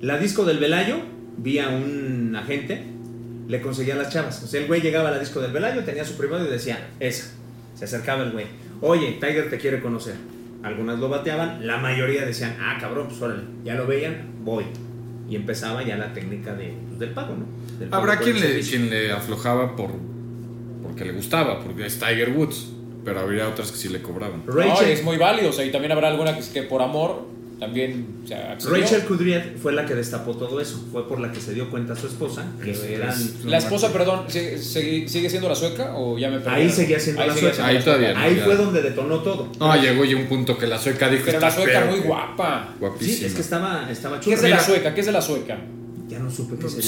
S3: La disco del Velayo, vi a un agente, le conseguía las chavas. O sea, el güey llegaba a la disco del Velayo, tenía su privado y decía, esa. Se acercaba el güey. Oye, Tiger te quiere conocer. Algunas lo bateaban, la mayoría decían, ah, cabrón, pues órale. Ya lo veían, voy. Y empezaba ya la técnica de, pues, del pago, ¿no? Del pago
S5: Habrá
S3: por
S5: quien
S3: el
S5: le,
S3: servicio.
S5: quien le aflojaba por porque le gustaba, porque es Tiger Woods, pero habría otras que sí le cobraban.
S6: No,
S3: Rachel,
S6: es muy válido, o sea, y también habrá alguna que, que por amor también se accedió.
S3: Rachel Kudriet fue la que destapó todo eso. Fue por la que se dio cuenta su esposa que
S5: Es-
S3: eran.
S5: es-
S6: La esposa, perdón, ¿sigue, sigue- sigue siendo la sueca o ya me perdí?
S3: Ahí seguía siendo
S6: Ahí
S3: la
S6: seguía
S3: sueca.
S6: siendo
S5: Ahí todavía no,
S3: Ahí
S5: ya.
S3: fue donde detonó todo.
S5: No, llegó ya un punto que la sueca dijo
S6: Pero la
S5: "Estás
S6: sueca
S5: peor".
S6: muy guapa.
S5: Guapísima.
S3: Sí, es que estaba, estaba
S6: ¿Qué
S3: chula.
S6: es de la
S5: Mira.
S6: sueca? ¿Qué es de la sueca?
S3: Ya no supe qué sería.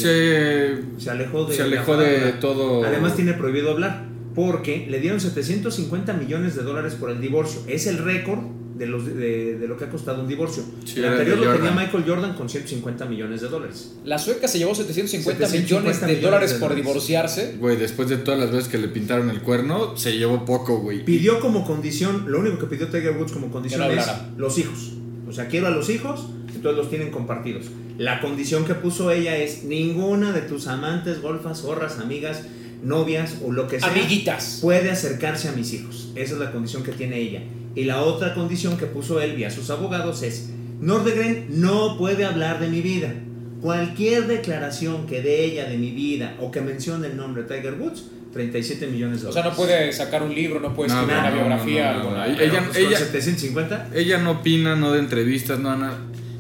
S5: se,
S3: Se alejó de.
S5: se alejó
S3: la
S5: de
S3: palabra.
S5: todo.
S3: Además, tiene prohibido hablar. Porque le dieron 750 millones de dólares por el divorcio. Es el récord de, los, de, de lo que ha costado un divorcio.
S5: Sí,
S3: el
S5: era de
S3: anterior lo tenía
S5: Jordan.
S3: Michael Jordan con 150 millones de dólares.
S6: La sueca se llevó 750,
S3: 750
S6: millones de
S3: millones
S6: dólares
S3: de
S6: por
S3: dólares.
S6: divorciarse.
S5: Güey, después de todas las veces que le pintaron el cuerno, se llevó poco, güey.
S3: Pidió como condición, lo único que pidió Tiger Woods como condición
S6: Que no
S3: es
S6: hablara.
S3: los hijos. O sea, quiero a los hijos, entonces los tienen compartidos. La condición que puso ella es ninguna de tus amantes, golfas, zorras, amigas, novias o lo que sea
S6: Amiguitas.
S3: puede acercarse a mis hijos. Esa es la condición que tiene ella. Y la otra condición que puso él vía sus abogados es, Nordegren no puede hablar de mi vida. Cualquier declaración que dé ella de mi vida o que mencione el nombre de Tiger Woods, 37 millones de
S6: O sea,
S3: dólares.
S6: no puede sacar un libro, no puede
S5: No,
S6: escribir
S5: no,
S6: una
S5: no,
S6: biografía.
S5: no, no, no,
S6: alguna-
S5: ahí-
S3: Pero,
S5: ella-
S3: pues, con
S5: ella-
S3: 750.
S5: Ella no opina, no de entrevistas, no nada.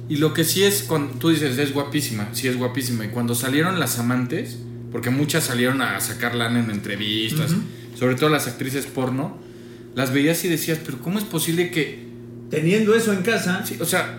S5: Y lo que sí es, cuando tú dices, es guapísima, sí es guapísima. Y cuando salieron las amantes, porque muchas salieron a sacar lana en entrevistas, sobre todo las actrices porno, las veías y decías, pero ¿cómo es posible que...
S3: Teniendo eso en casa,
S5: sí, o sea,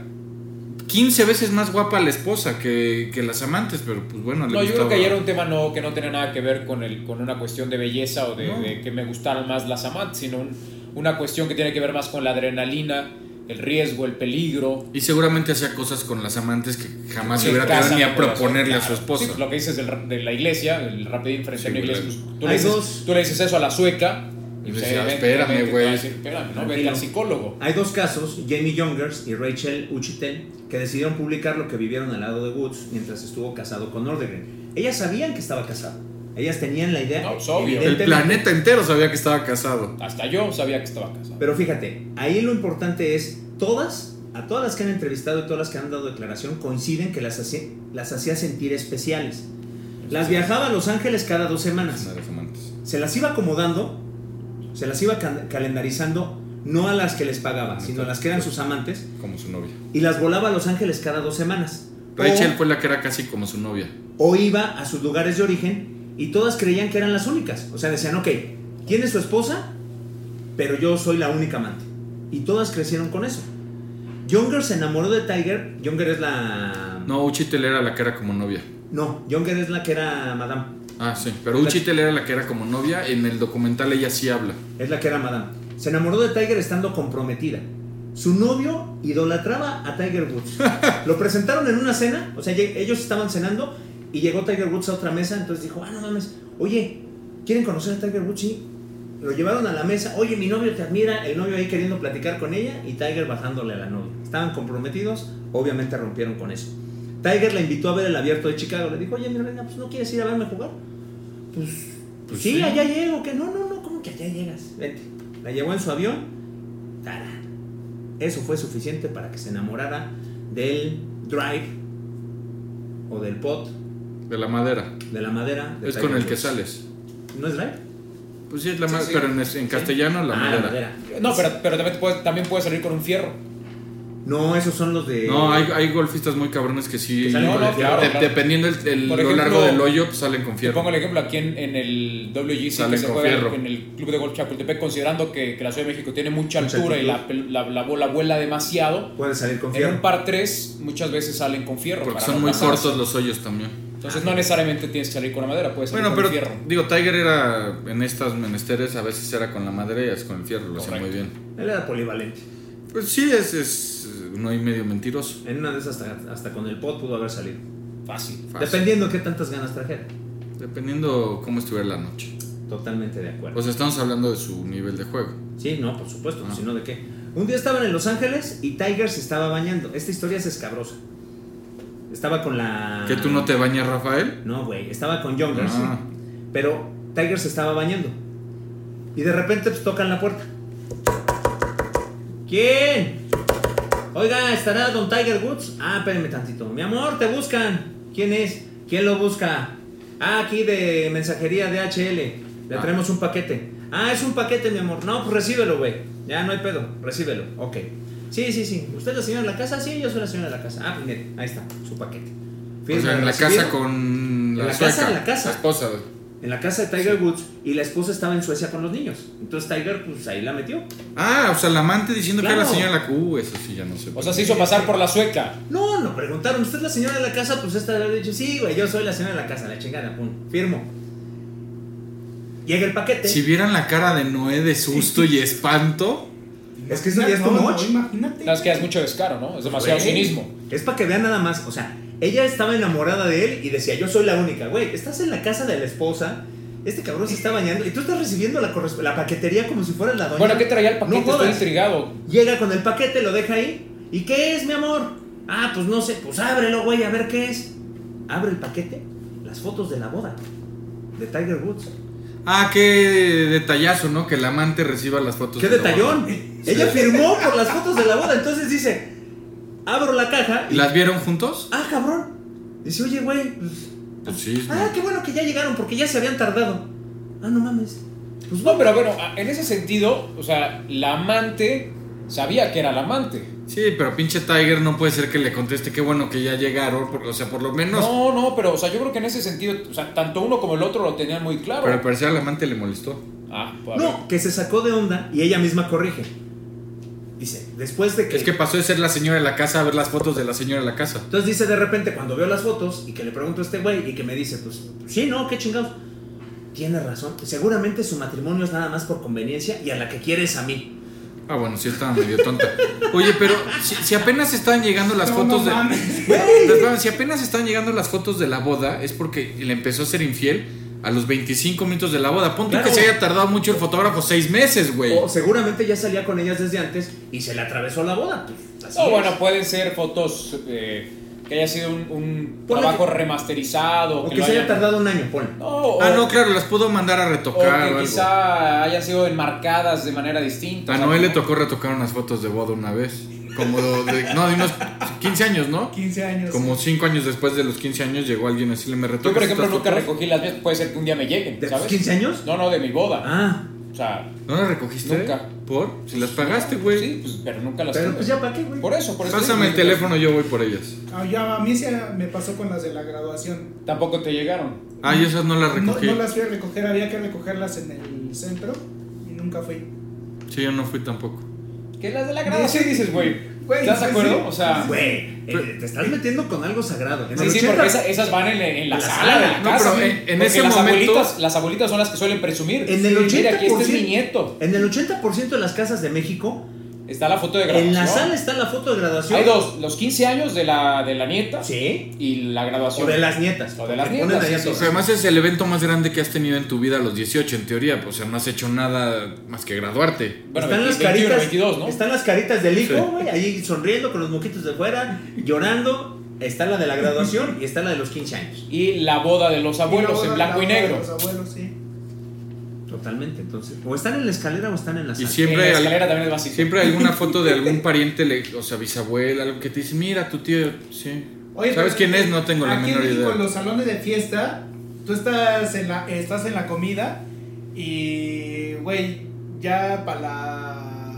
S5: 15 veces más guapa la esposa que, que las amantes, pero pues bueno, le
S6: No, yo creo que
S5: gustaba-
S6: ayer era un tema no, que no tenía nada que ver con, el, con una cuestión de belleza o de,
S5: No.
S6: de que me gustaran más las amantes, sino un- una cuestión que tiene que ver más con la adrenalina, el riesgo, el peligro.
S5: Y seguramente hacía cosas con las amantes que jamás Ah, se
S6: Que
S5: hubiera quedado
S6: casan
S5: ni a
S6: con corazón,
S5: proponerle a su
S6: claro.
S5: esposa.
S6: Sí, pues lo que dices del ra- de la iglesia, el rapidín frente a una
S5: Sí,
S6: iglesia.
S5: güey.
S6: pues, tú, le
S3: Hay
S6: dices,
S3: dos.
S6: tú le dices eso a la sueca.
S5: Y
S6: pues,
S5: decía,
S6: evidentemente
S5: espérame,
S6: te va a
S5: güey.
S6: decir, Espérame, no, vete
S3: Tranquilo.
S6: al psicólogo.
S3: Hay dos casos, Jamie Youngers y Rachel Uchitel, que decidieron publicar lo que vivieron al lado de Woods mientras estuvo casado con Nordegren. Ellas sabían que estaba casado. Ellas tenían la idea.
S6: No, es obvio.
S5: El
S3: evidentemente.
S5: planeta entero sabía que estaba casado.
S6: Hasta yo sabía que estaba casado.
S3: Pero fíjate, ahí lo importante es, todas, a todas las que han entrevistado y todas las que han dado declaración, coinciden que las hacía, las hacía sentir especiales. Las viajaba a Los Ángeles cada dos semanas.
S5: Las amantes.
S3: Se las iba acomodando, se las iba can- calendarizando, no a las que les pagaba, sino a las que eran sus amantes,
S5: Como su novia.
S6: Oh.
S3: y las volaba a Los Ángeles cada dos semanas. O-
S5: Rachel fue la que era casi como su novia.
S3: o iba a sus lugares de origen y todas creían que eran las únicas. O sea, decían, ok, tiene su esposa, pero yo soy la única amante. Y todas crecieron con eso. Younger se enamoró de Tiger. Younger es la...
S5: No, Uchitel era la que era como novia.
S3: No, Younger es la que era Madame.
S5: Ah, sí. Pero
S3: La-
S5: Uchitel era la que era como novia. En el documental ella sí habla.
S3: Es la que era Madame. Se enamoró de Tiger estando comprometida. Su novio idolatraba a Tiger Woods. Lo presentaron en una cena, o sea, lleg- ellos estaban cenando y llegó Tiger Woods a otra mesa, entonces dijo, ah, no mames, oye, ¿quieren conocer a Tiger Woods? Sí. Lo llevaron a la mesa, oye, mi novio te admira, el novio ahí queriendo platicar con ella y Tiger bajándole a la novia. Estaban comprometidos, obviamente rompieron con eso. Tiger la invitó a ver el abierto de Chicago, le dijo, oye, mi reina, pues no quieres ir a verme jugar. Pues,
S5: Pues
S3: sí,
S5: sí.
S3: allá llego, que no, no, no, ¿cómo que allá llegas? Vente. La llevó en su avión, tarán. Eso fue suficiente para que se enamorara del drive o del pot
S5: De la madera.
S3: de la madera. de
S5: Es
S3: Tiger
S5: con el que
S3: Woods.
S5: sales.
S3: ¿No es drive?
S5: Pues sí, es la
S6: Sí,
S5: madera.
S6: sí.
S5: Pero en, es- en castellano, la
S3: Ah,
S5: madera.
S6: No, pero, pero también, puedes, también puedes salir con un fierro.
S3: No, esos son los de.
S5: No, hay, hay golfistas muy cabrones que sí.
S3: Que salen
S6: No,
S3: con
S6: no,
S3: el
S6: claro,
S5: de-
S6: claro.
S5: Dependiendo el, el-
S6: Por
S5: lo
S6: ejemplo,
S5: largo del hoyo, pues salen con
S6: Te pongo
S5: fierro.
S6: el ejemplo aquí en, en el WGC
S5: Salen
S6: que se
S5: con
S6: juega
S5: fierro.
S6: en el Club de Golf Chapultepec, considerando que, que la Ciudad de México tiene mucha
S3: Mucha
S6: altura y la,
S3: altitud.
S6: pel- la, la bola vuela demasiado.
S3: Pueden salir con
S6: En
S3: fierro.
S6: un par 3 muchas veces salen con fierro.
S5: Porque
S6: para
S5: son
S6: no
S5: muy
S6: pasarse.
S5: cortos los hoyos también.
S6: Entonces no necesariamente tienes que salir con la madera, puedes salir
S5: Bueno,
S6: con
S5: pero
S6: el fierro.
S5: digo, Tiger era en estas menesteres, a veces era con la madera y es con el fierro, lo hacía muy
S6: Correcto.
S5: bien.
S3: Él era polivalente.
S5: Pues sí, es, es no hay medio mentiroso.
S3: En una de esas, hasta, hasta con el pot pudo haber salido.
S6: Fácil.
S5: Fácil.
S3: Dependiendo qué tantas ganas trajera.
S5: Dependiendo cómo estuviera la noche.
S3: Totalmente de acuerdo.
S5: O sea, estamos hablando de su nivel de juego.
S3: Sí, no, por supuesto,
S5: Pues- Ah.
S3: sino de qué. Un día estaban en Los Ángeles y Tiger se estaba bañando. Esta historia es escabrosa. Estaba con la.
S5: ¿Que tú no te bañas, Rafael?
S3: No, güey, estaba con Youngers.
S5: Ah.
S3: Pero Tiger se estaba bañando. Y de repente pues, tocan la puerta. ¿Quién? Oiga, ¿estará Don Tiger Woods? Ah, espérenme tantito. Mi amor, te buscan. ¿Quién es? ¿Quién lo busca? Ah, aquí de mensajería DHL. Le
S5: Ah.
S3: traemos un paquete. Ah, es un paquete, mi amor. No, pues recíbelo, güey. Ya no hay pedo. Recíbelo. Ok. Sí, sí, sí. ¿Usted es la señora de la casa? Sí, yo soy la señora de la casa. Ah, pues mire, ahí está, su paquete.
S5: O
S3: Firma
S5: sea, en la
S3: recibido.
S5: casa con la,
S3: En la
S5: sueca,
S3: casa, en la casa.
S5: esposa.
S3: En la casa de Tiger Woods y la esposa estaba en Suecia con los niños. Entonces Tiger, pues ahí la metió.
S5: Ah, o sea, la amante diciendo que era la
S3: Claro.
S5: señora de la Q, eso sí ya no sé.
S6: O sea, se hizo pasar por la sueca.
S3: No, no preguntaron, ¿usted es la señora de la casa? Pues esta le ha dicho, sí, güey, yo soy la señora de la casa, la chingada, pum, firmo. Llega el paquete.
S5: Si vieran la cara de Noé de susto y espanto,
S3: Es que eso ya es too much.
S4: imagínate.
S6: No, es que es mucho descaro, ¿no? Es demasiado
S3: Güey,
S6: cinismo.
S3: Es para que vean nada más, o sea, ella estaba enamorada de él y decía, yo soy la única, güey, estás en la casa de la esposa. Este cabrón se está bañando y tú estás recibiendo la, corres- la paquetería como si fueras la doña.
S6: Bueno, ¿qué traía el paquete?
S3: No
S6: Estoy
S3: jodas.
S6: intrigado.
S3: Llega con el paquete, lo deja ahí. ¿Y qué es, mi amor? Ah, pues no sé. Pues ábrelo, güey, a ver qué es. Abre el paquete. Las fotos de la boda. De Tiger Woods.
S5: ah, qué detallazo, ¿no? Que la amante reciba las fotos.
S3: ¡Qué
S5: de la
S3: detallón!
S5: boda.
S3: Ella firmó por las fotos de la boda. Entonces dice, abro la caja.
S5: ¿Y
S3: Y,
S5: las vieron juntos?
S3: Ah, cabrón. Dice, oye, güey. pues,
S5: Pues sí.
S3: Ah, qué bueno que ya llegaron porque ya se habían tardado. Ah, no mames. Pues
S6: No,
S3: bueno,
S6: pero bueno, en ese sentido, o sea, la amante sabía que era la amante.
S5: Sí, pero pinche Tiger no puede ser que le conteste qué bueno que ya llegaron, por- o sea, por lo menos.
S6: No, no, pero o sea, yo creo que en ese sentido, o sea, tanto uno como el otro lo tenían muy claro.
S5: Pero al parecer al amante le molestó.
S6: ah, pues, a ver.
S3: No, que se sacó de onda y ella misma corrige. Dice, después de que...
S5: Es que pasó de ser la señora de la casa a ver las fotos de la señora de la casa.
S3: Entonces dice de repente cuando veo las fotos y que le pregunto a este güey y que me dice, pues sí, no, qué chingados. Tiene razón. Seguramente su matrimonio es nada más por conveniencia y a la que quieres a mí.
S5: Ah, bueno, sí estaba medio tonta. Oye, pero si, si apenas estaban llegando las
S4: No,
S5: fotos
S4: no
S5: de.
S4: mames.
S5: Las- las- si apenas están llegando las fotos de la boda, es porque le empezó a ser infiel a los 25 minutos de la boda. Punto
S3: Claro.
S5: que se haya tardado mucho el fotógrafo seis meses, güey.
S3: O seguramente ya salía con ellas desde antes y se le atravesó la boda. Pues, así
S6: No,
S3: es.
S6: Oh, bueno, pueden ser fotos eh, que haya sido un, un
S3: Ponle
S6: trabajo
S3: que-
S6: remasterizado.
S3: O que
S6: lo
S3: se haya
S6: hayan-
S3: tardado un año, ponle.
S6: No, o,
S5: Ah, no, claro, las pudo mandar a
S6: o que
S5: retocar. o algo.
S6: quizá hayan sido enmarcadas de manera distinta.
S5: A
S6: O sea,
S5: Noel le
S6: ¿no?
S5: tocó retocar unas fotos de boda una vez. Como de, no, de unos 15 años, ¿no?
S4: 15 años.
S5: Como 5 años después de los 15 años llegó alguien a decirle, me retocas
S6: Yo, por ejemplo,
S5: estas
S6: nunca
S5: fotos?".
S6: recogí las mías. Puede ser que un día me lleguen,
S3: ¿De
S6: ¿sabes?
S3: tus 15 años?
S6: No, no, de mi boda.
S3: Ah,
S6: O sea,
S5: ¿No las recogiste?
S6: Nunca.
S5: ¿Por? Si las pagaste, güey.
S6: sí, pues, pero nunca las
S3: pero
S6: tuve.
S3: pues ya para qué, güey.
S6: Por eso, por eso.
S5: Pásame el teléfono, yo voy por ellas.
S4: Ah, ya, a mí se me pasó con las de la graduación.
S6: Tampoco te llegaron.
S5: Ah, yo esas no las
S4: No,
S5: recogí.
S4: no las fui a recoger, había que recogerlas en el centro y nunca fui.
S5: Sí, yo no fui tampoco.
S6: ¿Qué las de la graduación dices, güey?
S4: Güey,
S6: ¿Estás de
S4: sí, sí.
S6: acuerdo? O sea,
S3: Güey, eh, te estás metiendo con algo sagrado. En
S6: sí,
S3: el
S6: sí,
S3: 80,
S6: porque esa- esas van en, en la
S3: La
S6: sala de la
S5: no,
S6: casa.
S5: pero en- en
S6: Porque
S5: ese
S6: las
S5: momento-
S6: Abuelitas, las abuelitas son las que suelen presumir.
S3: En el 80%,
S6: Mira, aquí este es mi nieto.
S3: En el 80% de las casas de México,
S6: Está la foto de graduación.
S3: en la sala está la foto de graduación.
S6: Hay dos: los 15 años de la, de la nieta
S3: Sí.
S6: y la graduación.
S3: O de las nietas.
S6: O de las
S3: Te ponen
S6: nietas,
S3: ahí a
S6: sí, sí,
S3: todos.
S5: Porque además es el evento más grande que has tenido en tu vida a los 18, en teoría. Pues, o sea, no has hecho nada más que graduarte.
S6: Bueno,
S3: están
S6: 20,
S3: las caritas,
S6: 21, 22, ¿no?
S3: están las caritas del hijo,
S5: Sí.
S3: güey, ahí sonriendo con los moquitos de fuera, llorando. Está la de la graduación y está la de los 15 años.
S6: Y la boda de los
S4: Y
S6: abuelos
S4: luego
S6: en blanco
S4: la
S6: y
S4: boda de
S6: negro.
S4: Los abuelos, sí.
S3: Totalmente, entonces. O están en la escalera o están en la
S5: Y
S3: sala.
S6: En
S5: siempre,
S6: la
S5: al-
S6: escalera también es básico.
S5: siempre hay alguna foto de algún pariente, le- o sea, bisabuela, algo que te dice, mira, tu tío, sí.
S4: Oye,
S5: ¿Sabes
S4: pero-
S5: quién es? No tengo la
S4: aquí en
S5: menor
S4: México,
S5: idea.
S4: En los salones de fiesta, tú estás en la, estás en la comida y, güey, ya para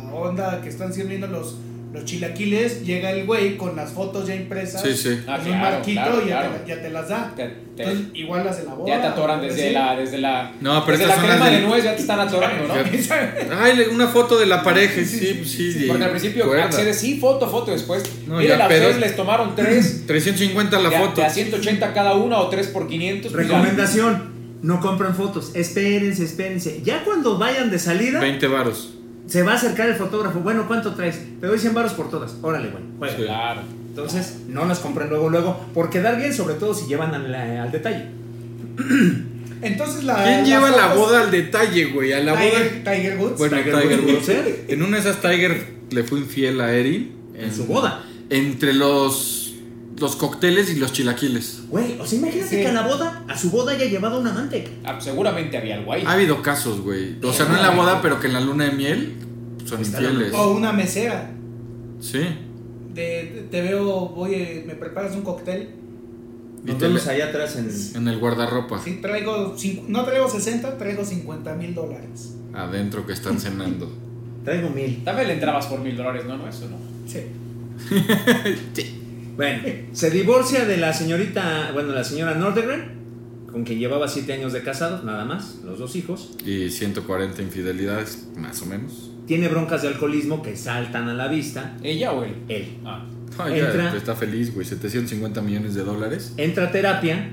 S4: la onda que están sirviendo los, los chilaquiles, llega el güey con las fotos ya impresas.
S5: Sí, sí.
S6: Ah,
S4: en un
S6: claro,
S4: marquito
S6: claro,
S4: y ya,
S6: claro.
S4: Te, ya te las da.
S6: Te- te-
S4: Entonces, igual las de la boda.
S6: ya te atoran desde
S4: Pues, sí.
S6: la, desde la,
S5: No, pero
S6: desde
S5: estas
S6: la
S5: son
S6: crema
S5: las
S6: de
S5: de-
S6: nuez ya te están atorando, ¿no?
S5: Ay, le- una foto de la pareja, sí, sí. sí,
S6: Porque al principio
S5: cuerda.
S6: accedes, sí, foto, foto, después.
S5: No,
S6: Miren,
S5: ya
S6: a ustedes
S5: pedos.
S6: les tomaron tres
S5: 350 la
S6: de, a-
S5: foto.
S6: de a 180 cada una o tres por 500. pues,
S3: Recomendación, no compren fotos, espérense, espérense. Ya cuando vayan de salida,
S5: 20 varos.
S3: se va a acercar el fotógrafo. Bueno, ¿cuánto traes? Te doy 100 baros por todas. Órale, güey. juega.
S6: ya.
S5: Sí.
S6: Claro.
S3: Entonces, no las compren luego, luego, por quedar bien, sobre todo si llevan al, eh, al detalle.
S4: Entonces la.
S5: ¿Quién
S4: Ah, las
S5: lleva la
S4: fotos-
S5: boda al detalle, güey? A la boda.
S4: Tiger, Tiger Woods.
S5: Bueno,
S3: Tiger
S5: Tiger,
S3: Woods. ¿eh?
S5: Woods. En una de esas, Tiger le fue infiel a Erin.
S3: En su boda.
S5: Entre los, los cócteles y los chilaquiles.
S3: Güey, o sea, imagínate
S4: Sí.
S3: que a la boda, a su boda haya llevado un amante.
S6: Ah, seguramente había algo ahí.
S5: Ha habido casos, güey. O sea, no en la boda, pero que en la luna de miel son
S3: Está la
S5: infieles.
S4: O una mesera.
S5: Sí.
S4: De, te veo, oye, ¿me preparas un cóctel?
S5: Y
S3: Nos
S5: te
S3: vemos
S5: le-
S3: allá atrás en...
S5: en el guardarropa.
S4: Sí, traigo, cincu- no traigo 60, traigo 50 mil dólares.
S5: Adentro que están cenando.
S3: Traigo mil.
S6: También le entrabas por mil dólares, ¿no? No, eso no.
S4: Sí.
S3: Bueno, se divorcia de la señorita, bueno, la señora Nordegren, con quien llevaba siete años de casados, nada más, los dos hijos.
S5: Y 140 infidelidades, más o menos.
S3: Tiene broncas de alcoholismo que saltan a la vista.
S6: ¿Ella o él?
S3: Él.
S6: Ah.
S5: Ay, ya,
S3: Entra.
S5: está feliz, güey. 750 millones de dólares.
S3: Entra a terapia,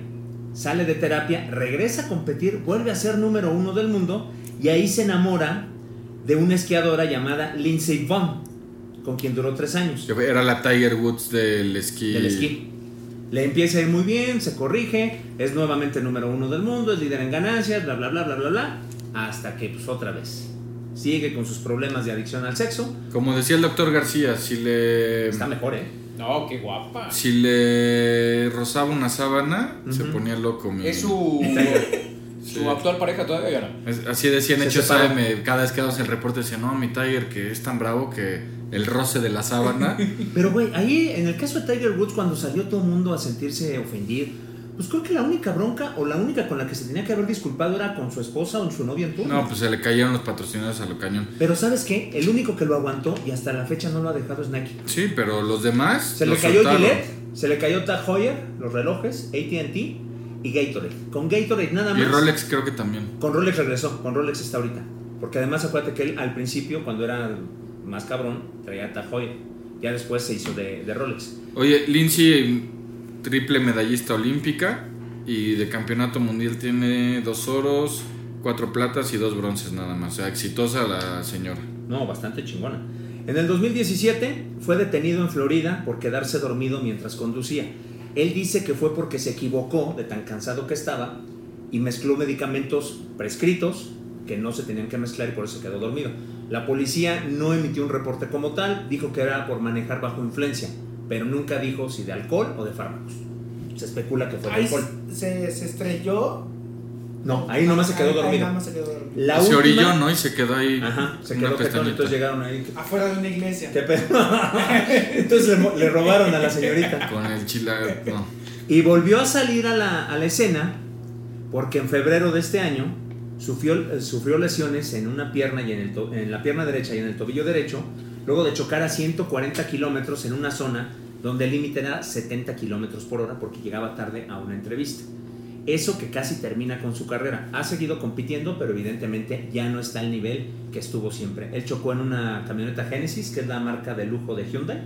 S3: sale de terapia, regresa a competir, vuelve a ser número uno del mundo y ahí se enamora de una esquiadora llamada Lindsay Vaughn, con quien duró tres años.
S5: Que Era la Tiger Woods del esquí.
S3: del esquí. Le empieza a ir muy bien, se corrige, es nuevamente número uno del mundo, es líder en ganancias, bla, bla, bla, bla, bla, bla, hasta que pues otra vez sigue con sus problemas de adicción al sexo.
S5: Como decía el doctor García, si le.
S3: Está mejor, ¿eh?
S6: No, qué guapa.
S5: Si le rozaba una sábana, se
S3: Ujú.
S5: ponía loco. mi-
S6: ¿Es su,
S5: Sí.
S6: su actual pareja todavía o no?
S5: Es- Así decían
S3: Se
S5: hechos
S3: separó.
S5: AM, Cada vez que damos el reporte decía, no, mi Tiger que es tan bravo que el roce de la sábana.
S3: Pero güey, ahí en el caso de Tiger Woods cuando salió todo el mundo a sentirse ofendido, pues creo que la única bronca o la única con la que se tenía que haber disculpado era con su esposa o su novia en turno.
S5: no, pues se le cayeron los patrocinadores a lo cañón.
S3: Pero ¿sabes qué? El único que lo aguantó y hasta la fecha no lo ha dejado es Nike.
S5: Sí, pero los demás.
S3: Se le
S5: los
S3: cayó
S5: soltaron.
S3: Gillette, se le cayó Tag Heuer, los relojes, ATT y Gatorade. Con Gatorade nada más.
S5: Y Rolex creo que también.
S3: Con Rolex regresó, con Rolex está ahorita. Porque además acuérdate que él al principio, cuando era más cabrón, traía Tajoya. Ya después se hizo de, de Rolex.
S5: Oye, Lindsay, triple medallista olímpica y de campeonato mundial tiene dos oros, cuatro platas y dos bronces nada más. O sea, exitosa la señora.
S3: No, bastante chingona. En el 2017 fue detenido en Florida por quedarse dormido mientras conducía. Él dice que fue porque se equivocó de tan cansado que estaba y mezcló medicamentos prescritos que no se tenían que mezclar y por eso se quedó dormido. La policía no emitió un reporte como tal, dijo que era por manejar bajo influencia, pero nunca dijo si de alcohol o de fármacos. Se especula que fue de
S4: Ahí
S3: alcohol.
S4: se, se estrelló.
S3: No, ahí nomás se quedó
S4: Ahí- ahí
S3: dormido.
S4: nada más se quedó dormido.
S3: La
S5: se
S3: última-
S5: orilló, ¿no? Y se quedó ahí.
S3: Ajá, se
S5: una
S3: quedó petón,
S5: pestañita.
S3: entonces llegaron ahí.
S4: Afuera de una iglesia.
S3: ¿Qué pedo? Entonces le, mo- le robaron a la señorita.
S5: Con el chila. No.
S3: Y volvió a salir a la, a la escena porque en febrero de este año sufrió, eh, sufrió lesiones en una pierna y en, el to- en la pierna derecha y en el tobillo derecho, luego de chocar a 140 kilómetros en una zona donde el límite era 70 kilómetros por hora porque llegaba tarde a una entrevista. Eso que casi termina con su carrera. Ha seguido compitiendo, pero evidentemente ya no está al nivel que estuvo siempre. Él chocó en una camioneta Genesis, que es la marca de lujo de Hyundai,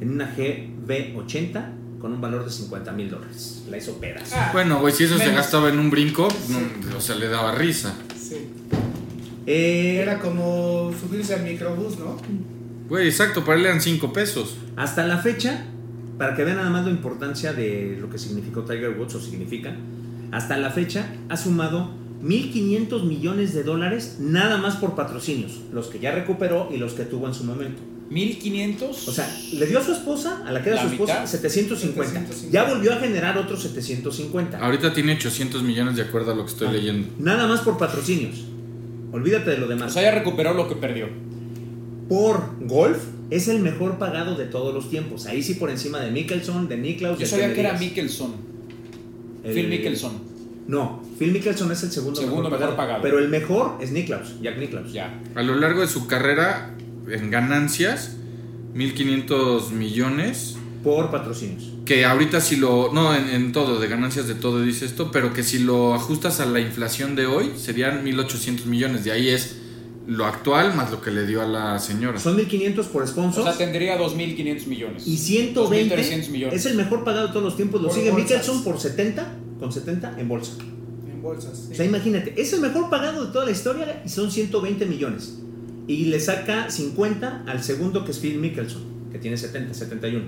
S3: en una GB80 con un valor de 50 mil dólares. La hizo pedas.
S4: Ah,
S5: Bueno, güey, si eso se
S4: Menos.
S5: gastaba en un brinco, no,
S4: Sí.
S5: o sea, le daba risa.
S4: sí.
S3: Eh,
S4: Era como subirse al microbús, ¿no?
S5: Güey, exacto, para él eran cinco pesos.
S3: Hasta la fecha, para que vean nada más la importancia de lo que significó Tiger Woods o significa, hasta la fecha ha sumado 1.500 millones de dólares nada más por patrocinios, los que ya recuperó y los que tuvo en su momento.
S6: 1500.
S3: O sea, le dio a su esposa, a la que era
S6: La
S3: su esposa,
S6: mitad.
S3: 750.
S4: 750.
S3: Ya volvió a generar otros 750.
S5: Ahorita tiene 800 millones de acuerdo a lo que estoy
S3: Ah.
S5: leyendo.
S3: Nada más por patrocinios. Olvídate de lo demás.
S6: O sea, ya recuperó lo que perdió.
S3: por golf es el mejor pagado de todos los tiempos. Ahí sí por encima de Mickelson, de Niklaus.
S6: Yo
S3: del
S6: sabía
S3: me
S6: que era
S3: digas.
S6: Mickelson.
S3: El-
S6: Phil Mickelson.
S3: No, Phil Mickelson es el segundo,
S6: Segundo
S3: mejor,
S6: mejor
S3: pagado,
S6: pagado.
S3: Pero el mejor es Niklaus, Jack Niklaus.
S6: Ya.
S5: A lo largo de su carrera, en ganancias, 1.500 millones.
S3: Por patrocinios.
S5: Que ahorita si lo... No, en, en todo, de ganancias de todo dice esto, pero que si lo ajustas a la inflación de hoy, serían 1.800 millones. De ahí es lo actual más lo que le dio a la señora.
S3: Son 1500 por
S6: O
S3: sponsors.
S6: sea, tendría 2500 millones.
S3: y 120
S6: 2.300 millones.
S3: es el mejor pagado de todos los tiempos. Lo
S4: Por
S3: sigue
S4: bolsas.
S3: Mickelson por 70, con 70 en bolsa.
S4: En bolsas. sí.
S3: O sea, imagínate, es el mejor pagado de toda la historia y son 120 millones. Y le saca 50 al segundo que es Phil Mickelson, que tiene 70, 71.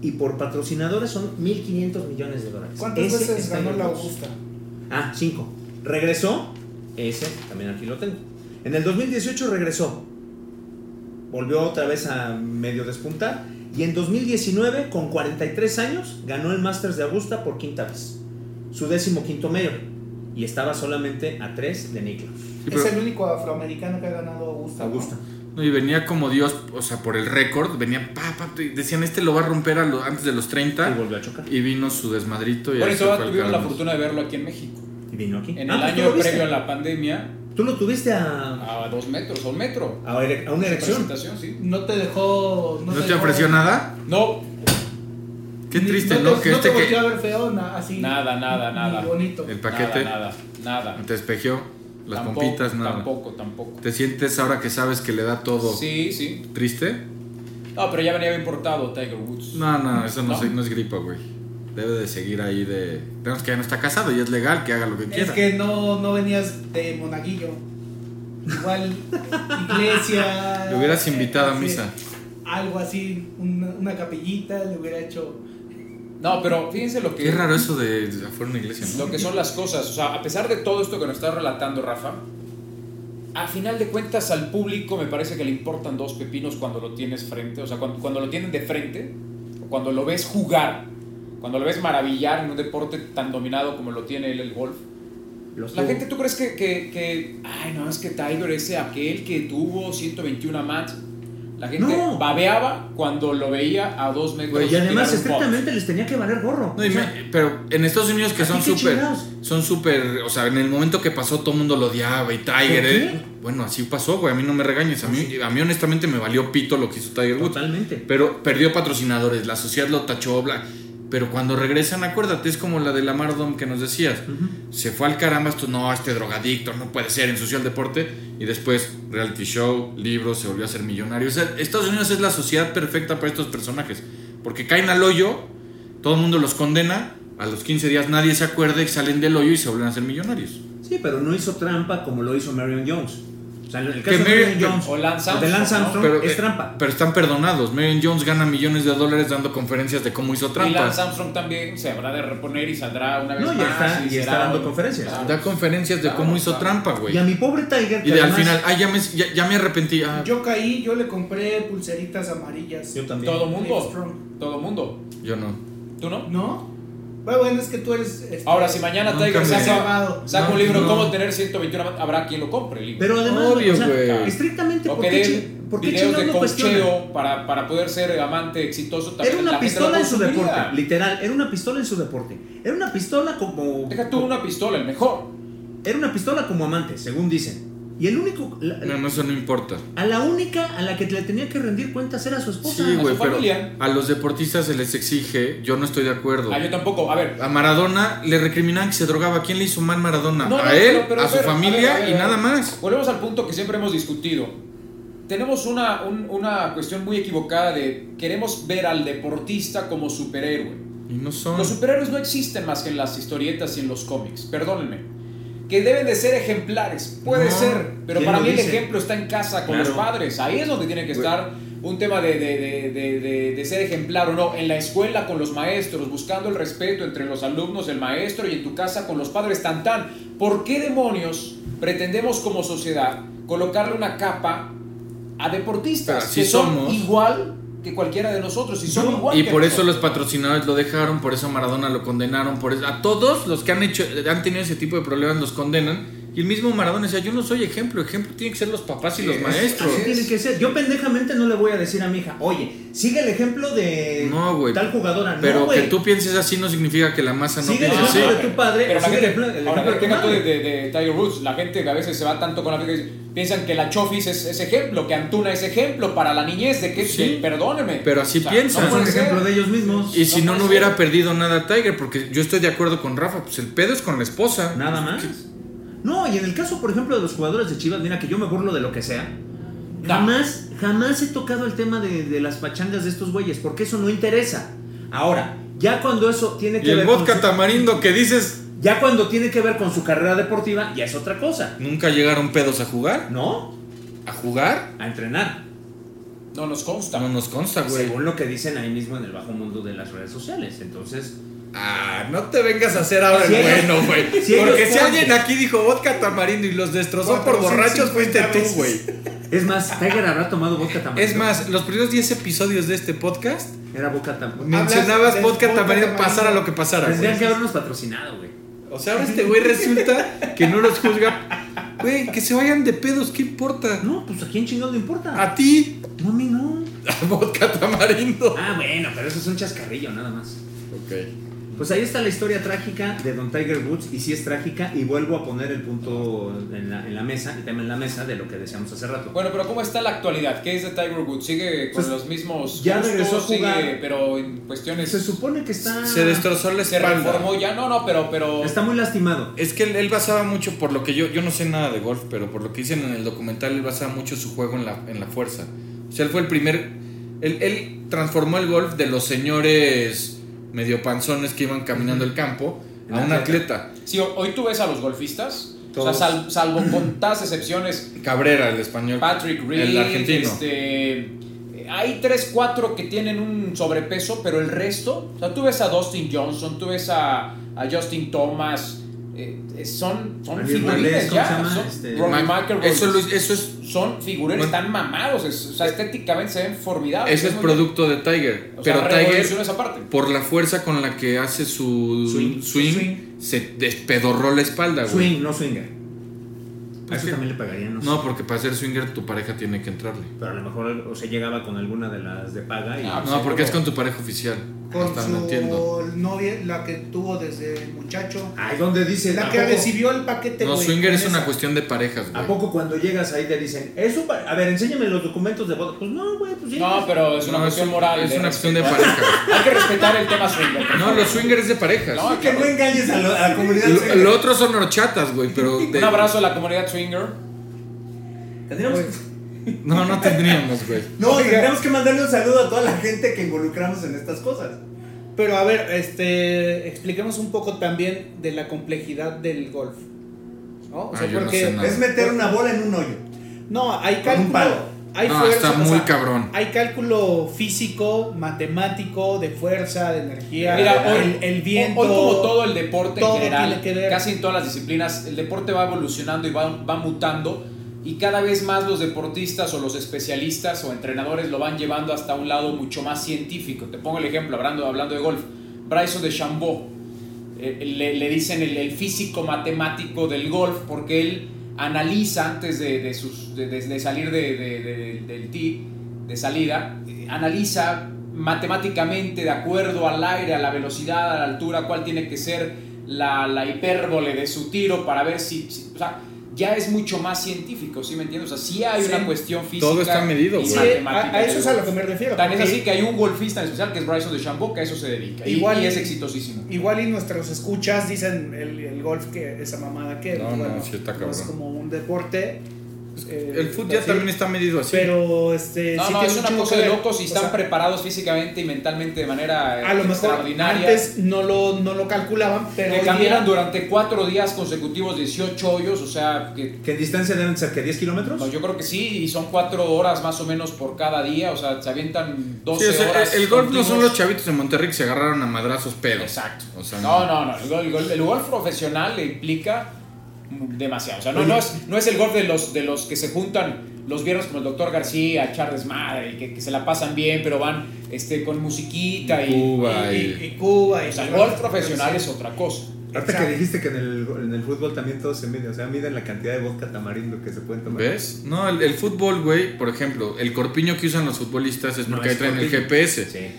S3: Y por patrocinadores son 1.500 millones de dólares.
S4: ¿Cuántas
S3: Ese pues.
S4: veces
S3: está
S4: ganó
S3: en el
S4: la
S3: box.
S4: Augusta?
S3: Ah, 5. Regresó. Ese también aquí lo tengo. En el 2018 regresó. Volvió otra vez a medio despuntar. Y en 2019, con 43 años, ganó el Masters de Augusta por quinta vez. Su décimo quinto medio. Y estaba solamente a 3 de Niklaus.
S5: Sí, pero-
S4: Es el único afroamericano que ha ganado Augusta. ¿no?
S3: Augusta.
S5: No, Y venía como Dios, o sea, por el récord, venía pa, pa, y decían, este lo va a romper a lo- antes de los
S3: Y
S5: 30.
S3: volvió a chocar.
S5: Y vino su desmadrito y
S6: Por
S5: ahí se
S6: eso
S5: fue al
S6: tuvimos la
S5: carajo.
S6: fortuna de verlo aquí en México.
S3: Y vino aquí.
S6: En
S3: Ah,
S6: el
S3: pues, ¿tú
S6: año
S3: lo viste?
S6: previo a la pandemia,
S3: Tú lo tuviste a,
S6: a dos metros, a un metro.
S3: a ere- a una erección.
S6: Presentación, sí.
S4: No te dejó.
S5: ¿No te
S4: dejó-
S5: ofreció nada?
S6: No,
S5: Qué
S4: Ni-
S5: triste,
S4: te-
S5: ¿no? que
S4: no
S5: este
S4: te volteó
S5: que
S4: a ver feo, na- así.
S6: nada, nada,
S4: ni
S6: nada.
S4: bonito.
S5: el paquete
S6: Nada, nada. nada.
S5: te espejeó, las
S6: Tampoco,
S5: pompitas, nada.
S6: Tampoco, tampoco.
S5: ¿Te sientes ahora que sabes que le da todo
S6: Sí, sí.
S5: triste?
S6: No, pero ya venía bien portado Tiger Woods.
S5: No, no, eso no,
S6: ¿No?
S5: se- no es gripa, güey. Debe de seguir ahí de... Tenemos que ya no está casado y es legal que haga lo que
S4: Es
S5: quiera.
S4: que no, no venías de Monaguillo. Igual, iglesia.
S5: Le hubieras invitado a
S4: sí,
S5: misa.
S4: Algo así, una, una capillita, le hubiera hecho.
S6: No, pero fíjense lo que.
S5: Qué raro eso de de afuera de una iglesia, ¿no?
S6: lo que son las cosas. O sea, a pesar de todo esto que nos está relatando Rafa, a final de cuentas al público me parece que le importan dos pepinos cuando lo tienes frente, o sea, cuando, cuando lo tienen de frente, o cuando lo ves jugar, cuando lo ves maravillar en un deporte tan dominado como lo tiene él el golf.
S3: Los
S6: La
S3: tuvo.
S6: gente, ¿tú crees que, que, que, ay, no, es que Tiger ese, aquel que tuvo 121 match? La gente
S3: No.
S6: babeaba cuando lo veía a dos metros.
S3: Güey, y además,
S6: tirar Pues, un bomb.
S3: estrictamente les tenía que valer gorro.
S5: No, y
S3: O sea,
S5: me- pero en Estados Unidos que
S3: ¿a
S5: son
S3: ti qué
S5: súper,
S3: chingados?
S5: son súper, o sea, en el momento que pasó todo el mundo lo odiaba y Tiger,
S3: ¿Por qué?
S5: eh, bueno, así pasó, güey, a mí no me regañes, a mí, a mí honestamente me valió pito lo que hizo Tiger Woods,
S3: Totalmente.
S5: pero perdió patrocinadores, la sociedad lo tachó, bla, Pero cuando regresan, acuérdate, es como la de la Mardom que nos decías. Se fue al caramba, esto no, este drogadicto, no puede ser, ensució el deporte. Y después, reality show, libros, se volvió a ser millonario. O sea, Estados Unidos es la sociedad perfecta para estos personajes. Porque caen al hoyo, todo el mundo los condena, a los 15 días nadie se acuerda y salen del hoyo y se vuelven a ser millonarios.
S3: Sí, pero no hizo trampa como lo hizo Marion Jones. O sea, en el caso
S5: Que
S3: de
S5: Marion-
S3: Marion Jones
S6: o Lance
S3: de Lance
S6: Armstrong,
S3: Armstrong
S5: Pero,
S3: es
S5: eh,
S3: trampa.
S5: Pero están perdonados. Marion Jones gana millones de dólares dando conferencias de cómo hizo
S6: Y Lance
S5: trampas.
S6: Armstrong también se habrá de reponer y saldrá una vez
S3: No,
S6: más.
S3: y está- y está
S6: será
S3: dando
S6: un-
S3: conferencias.
S6: Claro.
S5: Da conferencias de cómo
S6: Claro,
S5: hizo
S6: claro.
S5: trampa,
S3: Y a
S5: güey.
S3: mi pobre Tiger. que
S5: Y de al
S3: además-
S5: final, ay, ya me, ya, ya me arrepentí. Ah, yo,
S4: Yo caí, yo le compré pulseritas amarillas.
S3: Yo también.
S6: Todo mundo.
S4: Armstrong.
S6: Todo mundo.
S5: no.
S6: ¿Tú no?
S4: ¿No? Bueno, bueno, es que tú eres. este,
S6: Ahora, si mañana
S5: Nunca
S6: Tiger
S5: me-
S6: saca,
S4: Salvado.
S6: saca un
S5: No,
S6: libro,
S5: no.
S6: ¿Cómo tener 121 amantes? Habrá quien lo compre el libro.
S3: Pero además,
S5: Obvio,
S3: o sea,
S5: güey.
S3: estrictamente,
S6: o
S3: ¿por
S6: que
S3: qué,
S6: den
S3: chi- por qué
S6: videos
S3: chingados
S6: de
S3: no cuestionan?
S6: cocheo para, para poder ser amante exitoso también.
S3: Era una
S6: la gente lo
S3: pistola en su deporte,
S6: consumiría.
S3: literal. Era una pistola en su deporte. Era una pistola como.
S6: Deja tú una pistola, el mejor.
S3: Era una pistola como amante, según dicen. Y el único. la-
S5: No, no, eso no importa.
S3: A la única a la que le tenía que rendir cuentas era su esposa.
S5: Sí,
S6: a
S5: güey,
S6: su
S5: pero
S6: familia.
S5: a los deportistas se les exige. Yo no estoy de acuerdo.
S6: Ah, yo tampoco. A ver,
S5: A Maradona le recriminaban que se drogaba. ¿Quién le hizo mal Maradona?
S6: No, no,
S5: a él,
S6: pero- pero
S5: a su
S6: ver,
S5: familia
S6: a ver, a ver,
S5: y
S6: a ver.
S5: nada más.
S6: volvemos al punto que siempre hemos discutido. Tenemos una, un- una cuestión muy equivocada de queremos ver al deportista como superhéroe.
S5: Y no son.
S6: Los superhéroes no existen más que en las historietas y en los cómics, perdónenme. Que deben de ser ejemplares, puede
S5: No,
S6: ser, pero
S3: ¿quién
S6: para
S3: lo
S6: mí el
S3: dice?
S6: ejemplo está en casa con
S3: Claro.
S6: los padres, ahí es donde tiene que estar un tema de, de- de- de- de- de ser ejemplar o no, en la escuela con los maestros, buscando el respeto entre los alumnos, el maestro y en tu casa con los padres, tan tan. ¿Por qué demonios pretendemos como sociedad colocarle una capa a deportistas
S5: Pero así
S6: que son
S5: somos.
S6: igual que cualquiera de nosotros y son igual
S5: Y
S6: que
S5: por eso
S6: nosotros?
S5: los patrocinadores lo dejaron, por eso a Maradona lo condenaron, por eso a todos los que han hecho han tenido ese tipo de problemas los condenan. Y el mismo Maradona decía, yo no soy ejemplo, ejemplo tienen que ser los papás y los maestros.
S3: Así tiene que ser. Yo pendejamente no le voy a decir a mi hija, oye, sigue el ejemplo de
S5: No, güey.
S3: tal jugadora. No,
S5: Pero que
S3: güey.
S5: tú pienses así no significa que la masa no
S3: Sigue
S5: piense
S3: el
S5: así.
S3: ejemplo de tu padre,
S6: Pero la
S3: sigue el
S6: gente,
S3: ejemplo- el
S6: ahora,
S3: ejemplo
S6: el
S3: de tu
S6: tema tú de,
S3: madre.
S6: de, de Tiger Woods, la gente que a veces se va tanto con la gente que dice, piensan que la Chofis es, es ejemplo, que Antuna es ejemplo para la niñez, de que,
S5: Sí.
S6: de- perdóneme.
S5: Pero así piensan.
S6: no
S3: Son
S6: puede
S3: un
S6: ser.
S3: ejemplo de ellos mismos.
S5: Y si no,
S6: No
S5: no
S6: puede
S5: hubiera
S6: ser.
S5: perdido nada Tiger, porque yo estoy de acuerdo con Rafa, pues el pedo es con la esposa.
S3: Nada más. No, y en el caso, por ejemplo, de los jugadores de Chivas, mira que yo me burlo de lo que sea.
S6: No.
S3: Jamás, jamás he tocado el tema de, de las pachangas de estos güeyes, porque eso no interesa. Ahora, ya cuando eso tiene
S5: Y
S3: que
S5: el
S3: ver con
S5: vodka
S3: su-
S5: tamarindo que dices,
S3: ya cuando tiene que ver con su carrera deportiva, ya es otra cosa,
S5: nunca llegaron pedos a jugar.
S3: ¿no?
S5: ¿A jugar?
S3: A entrenar,
S6: No nos consta.
S5: No nos consta, güey.
S3: según lo que dicen ahí mismo en el bajo mundo de las redes sociales. Entonces,
S5: Ah, no te vengas a hacer ahora
S3: Si
S5: el
S3: ellos-
S5: bueno, güey.
S3: si ellos
S5: Porque si
S3: ponen-
S5: alguien aquí dijo vodka tamarindo y los destrozó por borrachos, fuiste tú, güey.
S3: es más, Tiger habrá tomado vodka tamarindo.
S5: Es más, los primeros 10 episodios de este podcast
S3: era vodka tamarindo.
S4: Hablas
S5: mencionabas
S4: del
S5: vodka
S4: vodka
S5: tamarindo,
S4: tamarindo.
S5: pasara lo que pasara, güey.
S3: Tendrían que habernos patrocinado, güey.
S5: O sea, ahora este güey resulta que no los juzga. Güey, que se vayan de pedos, ¿qué importa?
S3: No, pues a quién chingado le importa.
S5: A ti,
S3: No, a mí no.
S5: a vodka tamarindo.
S3: Ah, bueno, pero eso es un chascarrillo nada más.
S5: Ok.
S3: Pues ahí está la historia trágica de Don Tiger Woods, y sí es trágica, y vuelvo a poner el punto en la, en la mesa, y también en la mesa de lo que decíamos hace rato.
S6: Bueno, pero ¿cómo está la actualidad? ¿Qué es de Tiger Woods? ¿Sigue con
S3: Pues,
S6: los mismos
S3: ya regresó a
S6: Sigue,
S3: jugar.
S6: pero en cuestiones...
S3: pues, se supone que está,
S5: Se destrozó la
S6: se
S5: espalda.
S6: reformó ya, no, no, pero... pero
S3: está muy lastimado.
S5: Es que él, él basaba mucho, por lo que yo, yo no sé nada de golf, pero por lo que dicen en el documental, él basaba mucho su juego en la, en la fuerza. O sea, él fue el primer. Él, él transformó el golf de los señores medio panzones que iban caminando el campo
S3: El
S5: a un atleta.
S6: Si hoy tú ves a los golfistas, o
S3: Todos.
S6: sea, sal- salvo contadas excepciones,
S5: Cabrera, el español.
S6: Patrick Reed,
S5: El argentino.
S6: este, hay 3, 4 que tienen un sobrepeso, pero el resto, o sea, tú ves a Dustin Johnson, tú ves a, a Justin Thomas, eh, eh, son, son
S3: Rory
S6: figurines
S3: Robles, ¿cómo se
S6: ya,
S3: llama?
S6: son,
S3: Este,
S6: Rory
S5: Ma-
S6: McIlroy,
S5: eso, lo- eso es,
S6: son figurines,
S5: Bueno.
S6: están mamados, es- o sea, estéticamente se ven formidables.
S5: eso es
S6: Ah, muy
S5: producto de Tiger.
S6: bien. O sea,
S5: pero
S6: revolucionó
S5: Tiger,
S6: esa parte.
S5: por la fuerza con la que hace su
S3: Swing.
S5: swing, se despedorró la espalda, güey.
S3: Swing, no swinger.
S5: Es
S3: eso
S5: que-
S3: también le pagarían, ¿Ah, no, sé.
S5: No, porque para ser swinger tu pareja tiene que entrarle.
S3: Pero a lo mejor, o sea, llegaba con alguna de las de paga y...
S6: Ah,
S5: No, porque es con tu pareja oficial.
S4: Con
S5: Hasta
S4: su
S5: no entiendo.
S4: novia, la que tuvo desde muchacho.
S3: Ay, ¿dónde dice?
S4: La
S3: Ah, ¿A
S4: que
S3: poco-
S4: recibió el paquete.
S5: No,
S4: güey,
S5: swinger
S4: con
S5: es una
S4: esa.
S5: cuestión de parejas,
S3: ¿A
S5: güey.
S3: poco cuando llegas ahí te dicen, eso A ver, enséñame los documentos de boda. Pues no, güey, pues sí.
S6: No, pero es una
S5: No,
S6: cuestión moral. eh,
S5: Es
S6: de
S5: una cuestión de
S6: respeto.
S5: pareja.
S6: Hay que respetar el tema swinger. por
S5: No,
S6: favor.
S5: los swingers es de parejas.
S6: No,
S3: Que no engañes a, lo- a la comunidad.
S5: Lo, lo otro son horchatas, güey, pero. de-
S6: Un abrazo a la comunidad swinger.
S3: Tendríamos,
S5: No, no tendríamos, güey.
S3: no, tendríamos que mandarle un saludo a toda la gente que involucramos en estas cosas.
S4: Pero a ver, este, expliquemos un poco también de la complejidad del golf. ¿No? O sea,
S5: Ah, yo no
S4: porque
S5: sé nada.
S3: Es meter una bola en un hoyo.
S4: No, hay
S3: Con un
S4: cálculo.
S3: palo.
S4: Hay
S5: No,
S4: fuerza,
S5: está
S4: o
S5: muy
S4: sea,
S5: cabrón.
S4: Hay cálculo físico, matemático, de fuerza, de energía,
S6: Mira, hoy,
S4: el, el viento.
S6: Hoy, como todo el deporte
S4: todo
S6: en general,
S4: tiene que ver.
S6: casi en todas las disciplinas, el deporte va evolucionando y va, va mutando. Y cada vez más los deportistas o los especialistas o entrenadores lo van llevando hasta un lado mucho más científico. Te pongo el ejemplo, hablando, hablando de golf. Bryson de eh, le, le dicen el, el físico matemático del golf porque él analiza antes de, de sus, de, de- de salir de- de- de- del tee, de salida, eh, analiza matemáticamente de acuerdo al aire, a la velocidad, a la altura, cuál tiene que ser la, la hipérbole de su tiro para ver si, si- o sea, ya es mucho más científico, ¿sí me entiendes? O sea, sí hay
S4: Sí.
S6: una cuestión física.
S5: Todo está medido,
S6: y
S4: Sí,
S5: güey.
S4: a,
S6: matemática
S4: a eso
S6: del
S4: es a lo
S6: golf.
S4: que me refiero.
S6: Tan es
S4: porque
S6: así que hay un golfista en especial que es Bryson DeChambeau que a eso se dedica. Y-
S4: Igual
S6: y
S4: y-
S6: es exitosísimo.
S4: Igual y nuestros escuchas dicen el, el golf que esa mamada que
S5: No, no, sí está
S4: es
S5: cabrón.
S4: como un deporte. eh,
S5: El fútbol ya
S4: así,
S5: también está medido así.
S4: Pero este
S6: No,
S4: sí
S6: no,
S4: tiene
S6: es
S4: un
S6: una
S4: chingo
S6: cosa
S4: que
S6: de
S4: ver.
S6: locos y
S4: O
S6: están
S4: sea,
S6: preparados físicamente y mentalmente de manera eh,
S4: A lo mejor
S6: extraordinaria.
S4: antes no lo, no lo calculaban, pero
S6: que
S4: hoy
S6: caminan
S4: día-
S6: durante cuatro días consecutivos 18 hoyos, o sea, que
S3: ¿Qué distancia deben ser? ¿Que 10 kilómetros?
S6: no, yo creo que sí, y son cuatro horas más o menos por cada día, o sea, se avientan 12
S5: Sí, o sea,
S6: horas.
S5: el golf no son
S6: continuos.
S5: los chavitos de Monterrey que se agarraron a madrazos pedos.
S6: Exacto.
S5: O sea,
S6: no,
S5: no.
S6: no, no, el gol- el gol, el golf profesional le implica demasiado, o sea, no, no, es, no es el golf de los, de los que se juntan los viernes como el doctor García, a echar desmadre, y que, que se la pasan bien, pero van este, con musiquita y...
S5: Cuba
S4: y,
S5: y.
S4: y Cuba y
S6: O sea, el golf profesional es otra cosa.
S3: Aparte que
S4: Exacto.
S3: dijiste que en el, en el fútbol también todo se mide. O sea, miden la cantidad de vodka tamarindo que se pueden tomar.
S5: ¿Ves? No, el, el fútbol, güey, por ejemplo, el corpiño que usan los futbolistas es
S3: No,
S5: porque ahí
S3: es
S5: traen el
S3: corpiño.
S5: GPS.
S3: Sí.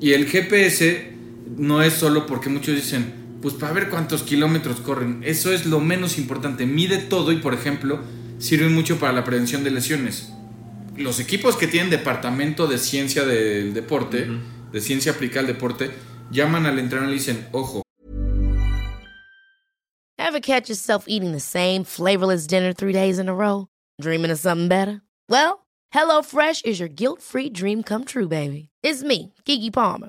S5: Y el GPS no es solo porque muchos dicen, pues para ver cuántos kilómetros corren. Eso es lo menos importante. Mide todo y, por ejemplo, sirve mucho para la prevención de lesioes. Los equipos que tienen departamento de ciencia del deporte, de ciencia aplicada al deporte, llaman al entrenador y le dicen, ojo,
S2: Ever catch yourself eating the same flavorless dinner three days in a row? Dreaming of something better? Well, HelloFresh is your guilt free dream come true, baby. It's me, Kiki Palmer.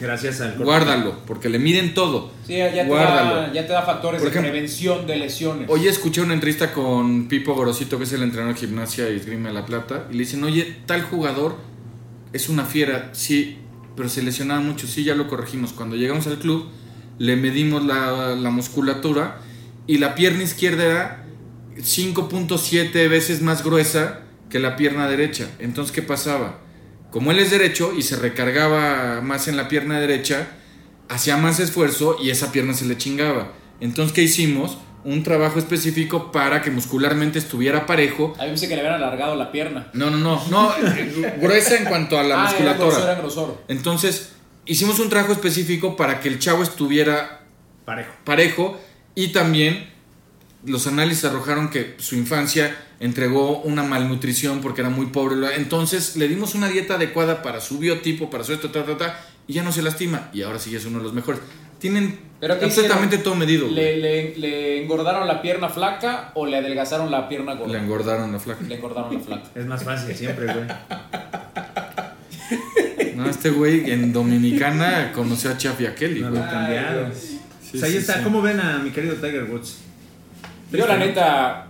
S3: Gracias al
S5: Guárdalo, porque le miden todo.
S6: Sí, ya te, da,
S5: Guárdalo.
S6: ya te da factores
S5: Por
S6: de
S5: ejemplo,
S6: prevención de lesiones.
S5: Hoy escuché una entrevista con Pipo Gorosito, que es el entrenador de gimnasia y esgrima de La Plata, y le dicen, oye, tal jugador es una fiera, sí, pero se lesionaba mucho, sí, ya lo corregimos. Cuando llegamos al club, le medimos la, la musculatura y la pierna izquierda era 5.7 veces más gruesa que la pierna derecha. Entonces, ¿qué pasaba? Como él es derecho y se recargaba más en la pierna derecha, hacía más esfuerzo y esa pierna se le chingaba. Entonces, ¿qué hicimos? Un trabajo específico para que muscularmente estuviera parejo.
S6: A mí me dice que le habían alargado la pierna.
S5: No, no, no, no, eh, gruesa en cuanto a la
S6: ah, era grosor,
S5: musculatura.
S6: era grosor.
S5: Entonces, hicimos un trabajo específico para que el chavo estuviera
S3: Parejo.
S5: parejo y también los análisis arrojaron que su infancia entregó una malnutrición porque era muy pobre. bla, Entonces le dimos una dieta adecuada para su biotipo, para su esto, ta, ta, ta, y ya no se lastima. Y ahora sí es uno de los mejores. Tienen
S6: ¿Pero qué
S5: absolutamente
S6: hicieron?
S5: todo medido. güey.
S6: ¿Le, le, le engordaron la pierna flaca o le adelgazaron la pierna
S5: Le,
S6: gorda?
S5: engordaron la flaca.
S6: Le engordaron la flaca.
S3: Es más fácil siempre, güey.
S5: No, este güey en Dominicana conoció a Chafia Kelly.
S3: No
S5: güey.
S3: lo han cambiado.
S5: Sí,
S3: Ah. o sea, ahí
S5: sí,
S3: está.
S5: sí.
S3: ¿Cómo ven a mi querido Tiger Woods?
S6: Yo la neta,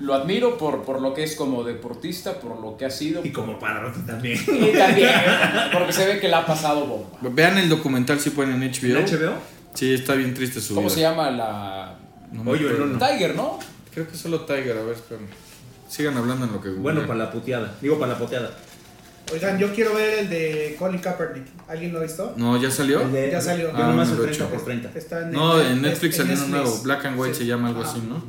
S6: Lo admiro por, por lo que es como deportista, por lo que ha sido.
S3: Y como padrote también.
S6: Y también, porque se ve que la ha pasado bomba.
S5: Vean el documental si pueden en HBO.
S3: ¿En HBO?
S5: Sí, está bien triste su
S6: ¿Cómo
S5: vida.
S6: se llama la.
S5: No me
S3: Hoyo en
S5: acuerdo.
S3: uno.
S6: Tiger, ¿no?
S5: Creo que solo Tiger, a ver, espérame. Sigan hablando en lo que
S3: Bueno,
S5: googlean.
S3: para la puteada. Digo, para la poteada.
S4: Oigan, yo quiero ver el de Colin Kaepernick. ¿Alguien lo ha visto?
S5: No, ¿ya salió?
S3: El de-
S4: Ya salió.
S3: Yo
S5: Ah,
S3: nomás
S5: no
S3: el
S5: lo he
S3: 30
S5: hecho.
S3: por 30.
S4: Está
S5: No, en Netflix
S4: en
S5: salió uno
S4: Netflix.
S5: nuego. Black and White
S4: Sí.
S5: se llama algo
S4: Ajá.
S5: así, ¿no?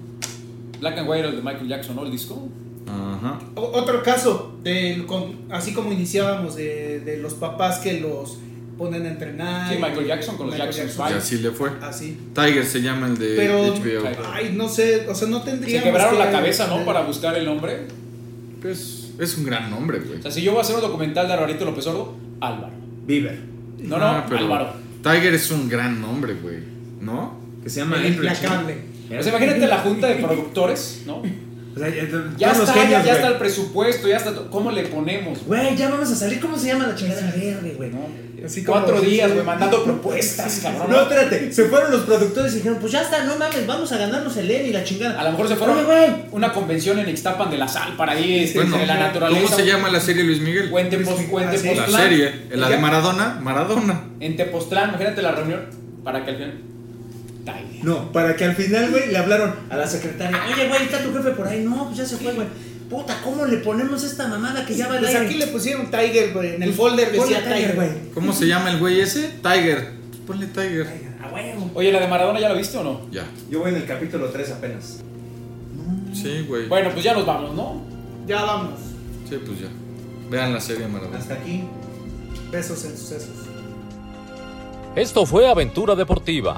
S6: Black and White era el de Michael Jackson, ¿no? El disco.
S5: Ajá.
S4: O- Otro caso, del con- así como iniciábamos, de, de los papás que los ponen a entrenar.
S6: Sí, Michael
S4: y-
S6: Jackson con los Jackson
S5: Y
S6: Ay.
S5: así le fue.
S4: Así.
S5: Tiger se llama el de
S4: Pero-
S5: HBO.
S4: Ay, no sé, o sea, no tendría.
S6: Se quebraron la cabeza, ¿no? Para buscar el nombre.
S5: Pues es un gran nombre, güey.
S6: O sea, si yo voy a hacer un documental de Alvarito López Sordo, Álvaro.
S3: Bieber.
S6: No, no,
S5: Ah, pero
S6: Álvaro.
S5: Tiger es un gran nombre, güey. ¿No?
S3: Que se llama
S4: El
S3: Enrich, ¿no?
S4: implacable.
S3: Era-
S6: O sea, imagínate la junta de productores, ¿no?
S3: O sea, ya todos
S6: Ya
S3: los
S6: está,
S3: genios,
S6: ya, ya
S3: güey.
S6: está el presupuesto, ya está. to- ¿Cómo le ponemos?
S3: Güey, ya vamos a salir. ¿Cómo se llama la chingada verde, güey? No, Pues
S4: Así como-
S6: Cuatro días, güey, mandando propuestas, cabrón.
S3: No, espérate. Se fueron los productores y dijeron, pues ya está, no mames, vamos a ganarnos el Emmy, la chingada.
S6: A lo mejor se fueron
S3: Oye, güey.
S6: a una convención en Ixtapan de la Sal, para ahí, este,
S5: Bueno,
S6: de la naturaleza.
S5: ¿cómo se llama la serie Luis Miguel?
S6: O en Tepos- o en
S4: La serie.
S5: La
S6: Tepoztlán.
S5: serie. La de
S6: Ya,
S5: Maradona. Maradona.
S6: En Tepoztlán, imagínate la reunión para que al final. Tiger.
S3: No, para que al final, güey, le hablaron a la secretaria. Oye, güey, está tu jefe por ahí. No, pues ya se fue, güey. Puta, ¿cómo le ponemos esta mamada que ya va al
S4: Pues
S3: aire?
S4: aquí le pusieron Tiger, güey. En el folder
S3: Pues, Ponle
S4: decía Tiger, güey.
S5: ¿Cómo se llama el güey ese? Tiger. Ponle Tiger.
S3: A huevo.
S6: Oye, ¿la de Maradona ya la viste o no?
S5: Ya.
S3: Yo voy en el capítulo 3 apenas.
S5: Sí, güey.
S6: Bueno, pues ya nos vamos, ¿no?
S4: Ya vamos.
S5: Sí, pues ya. Vean la serie Maradona.
S3: Hasta aquí.
S4: Besos en sucesos.
S7: Esto fue Aventura Deportiva.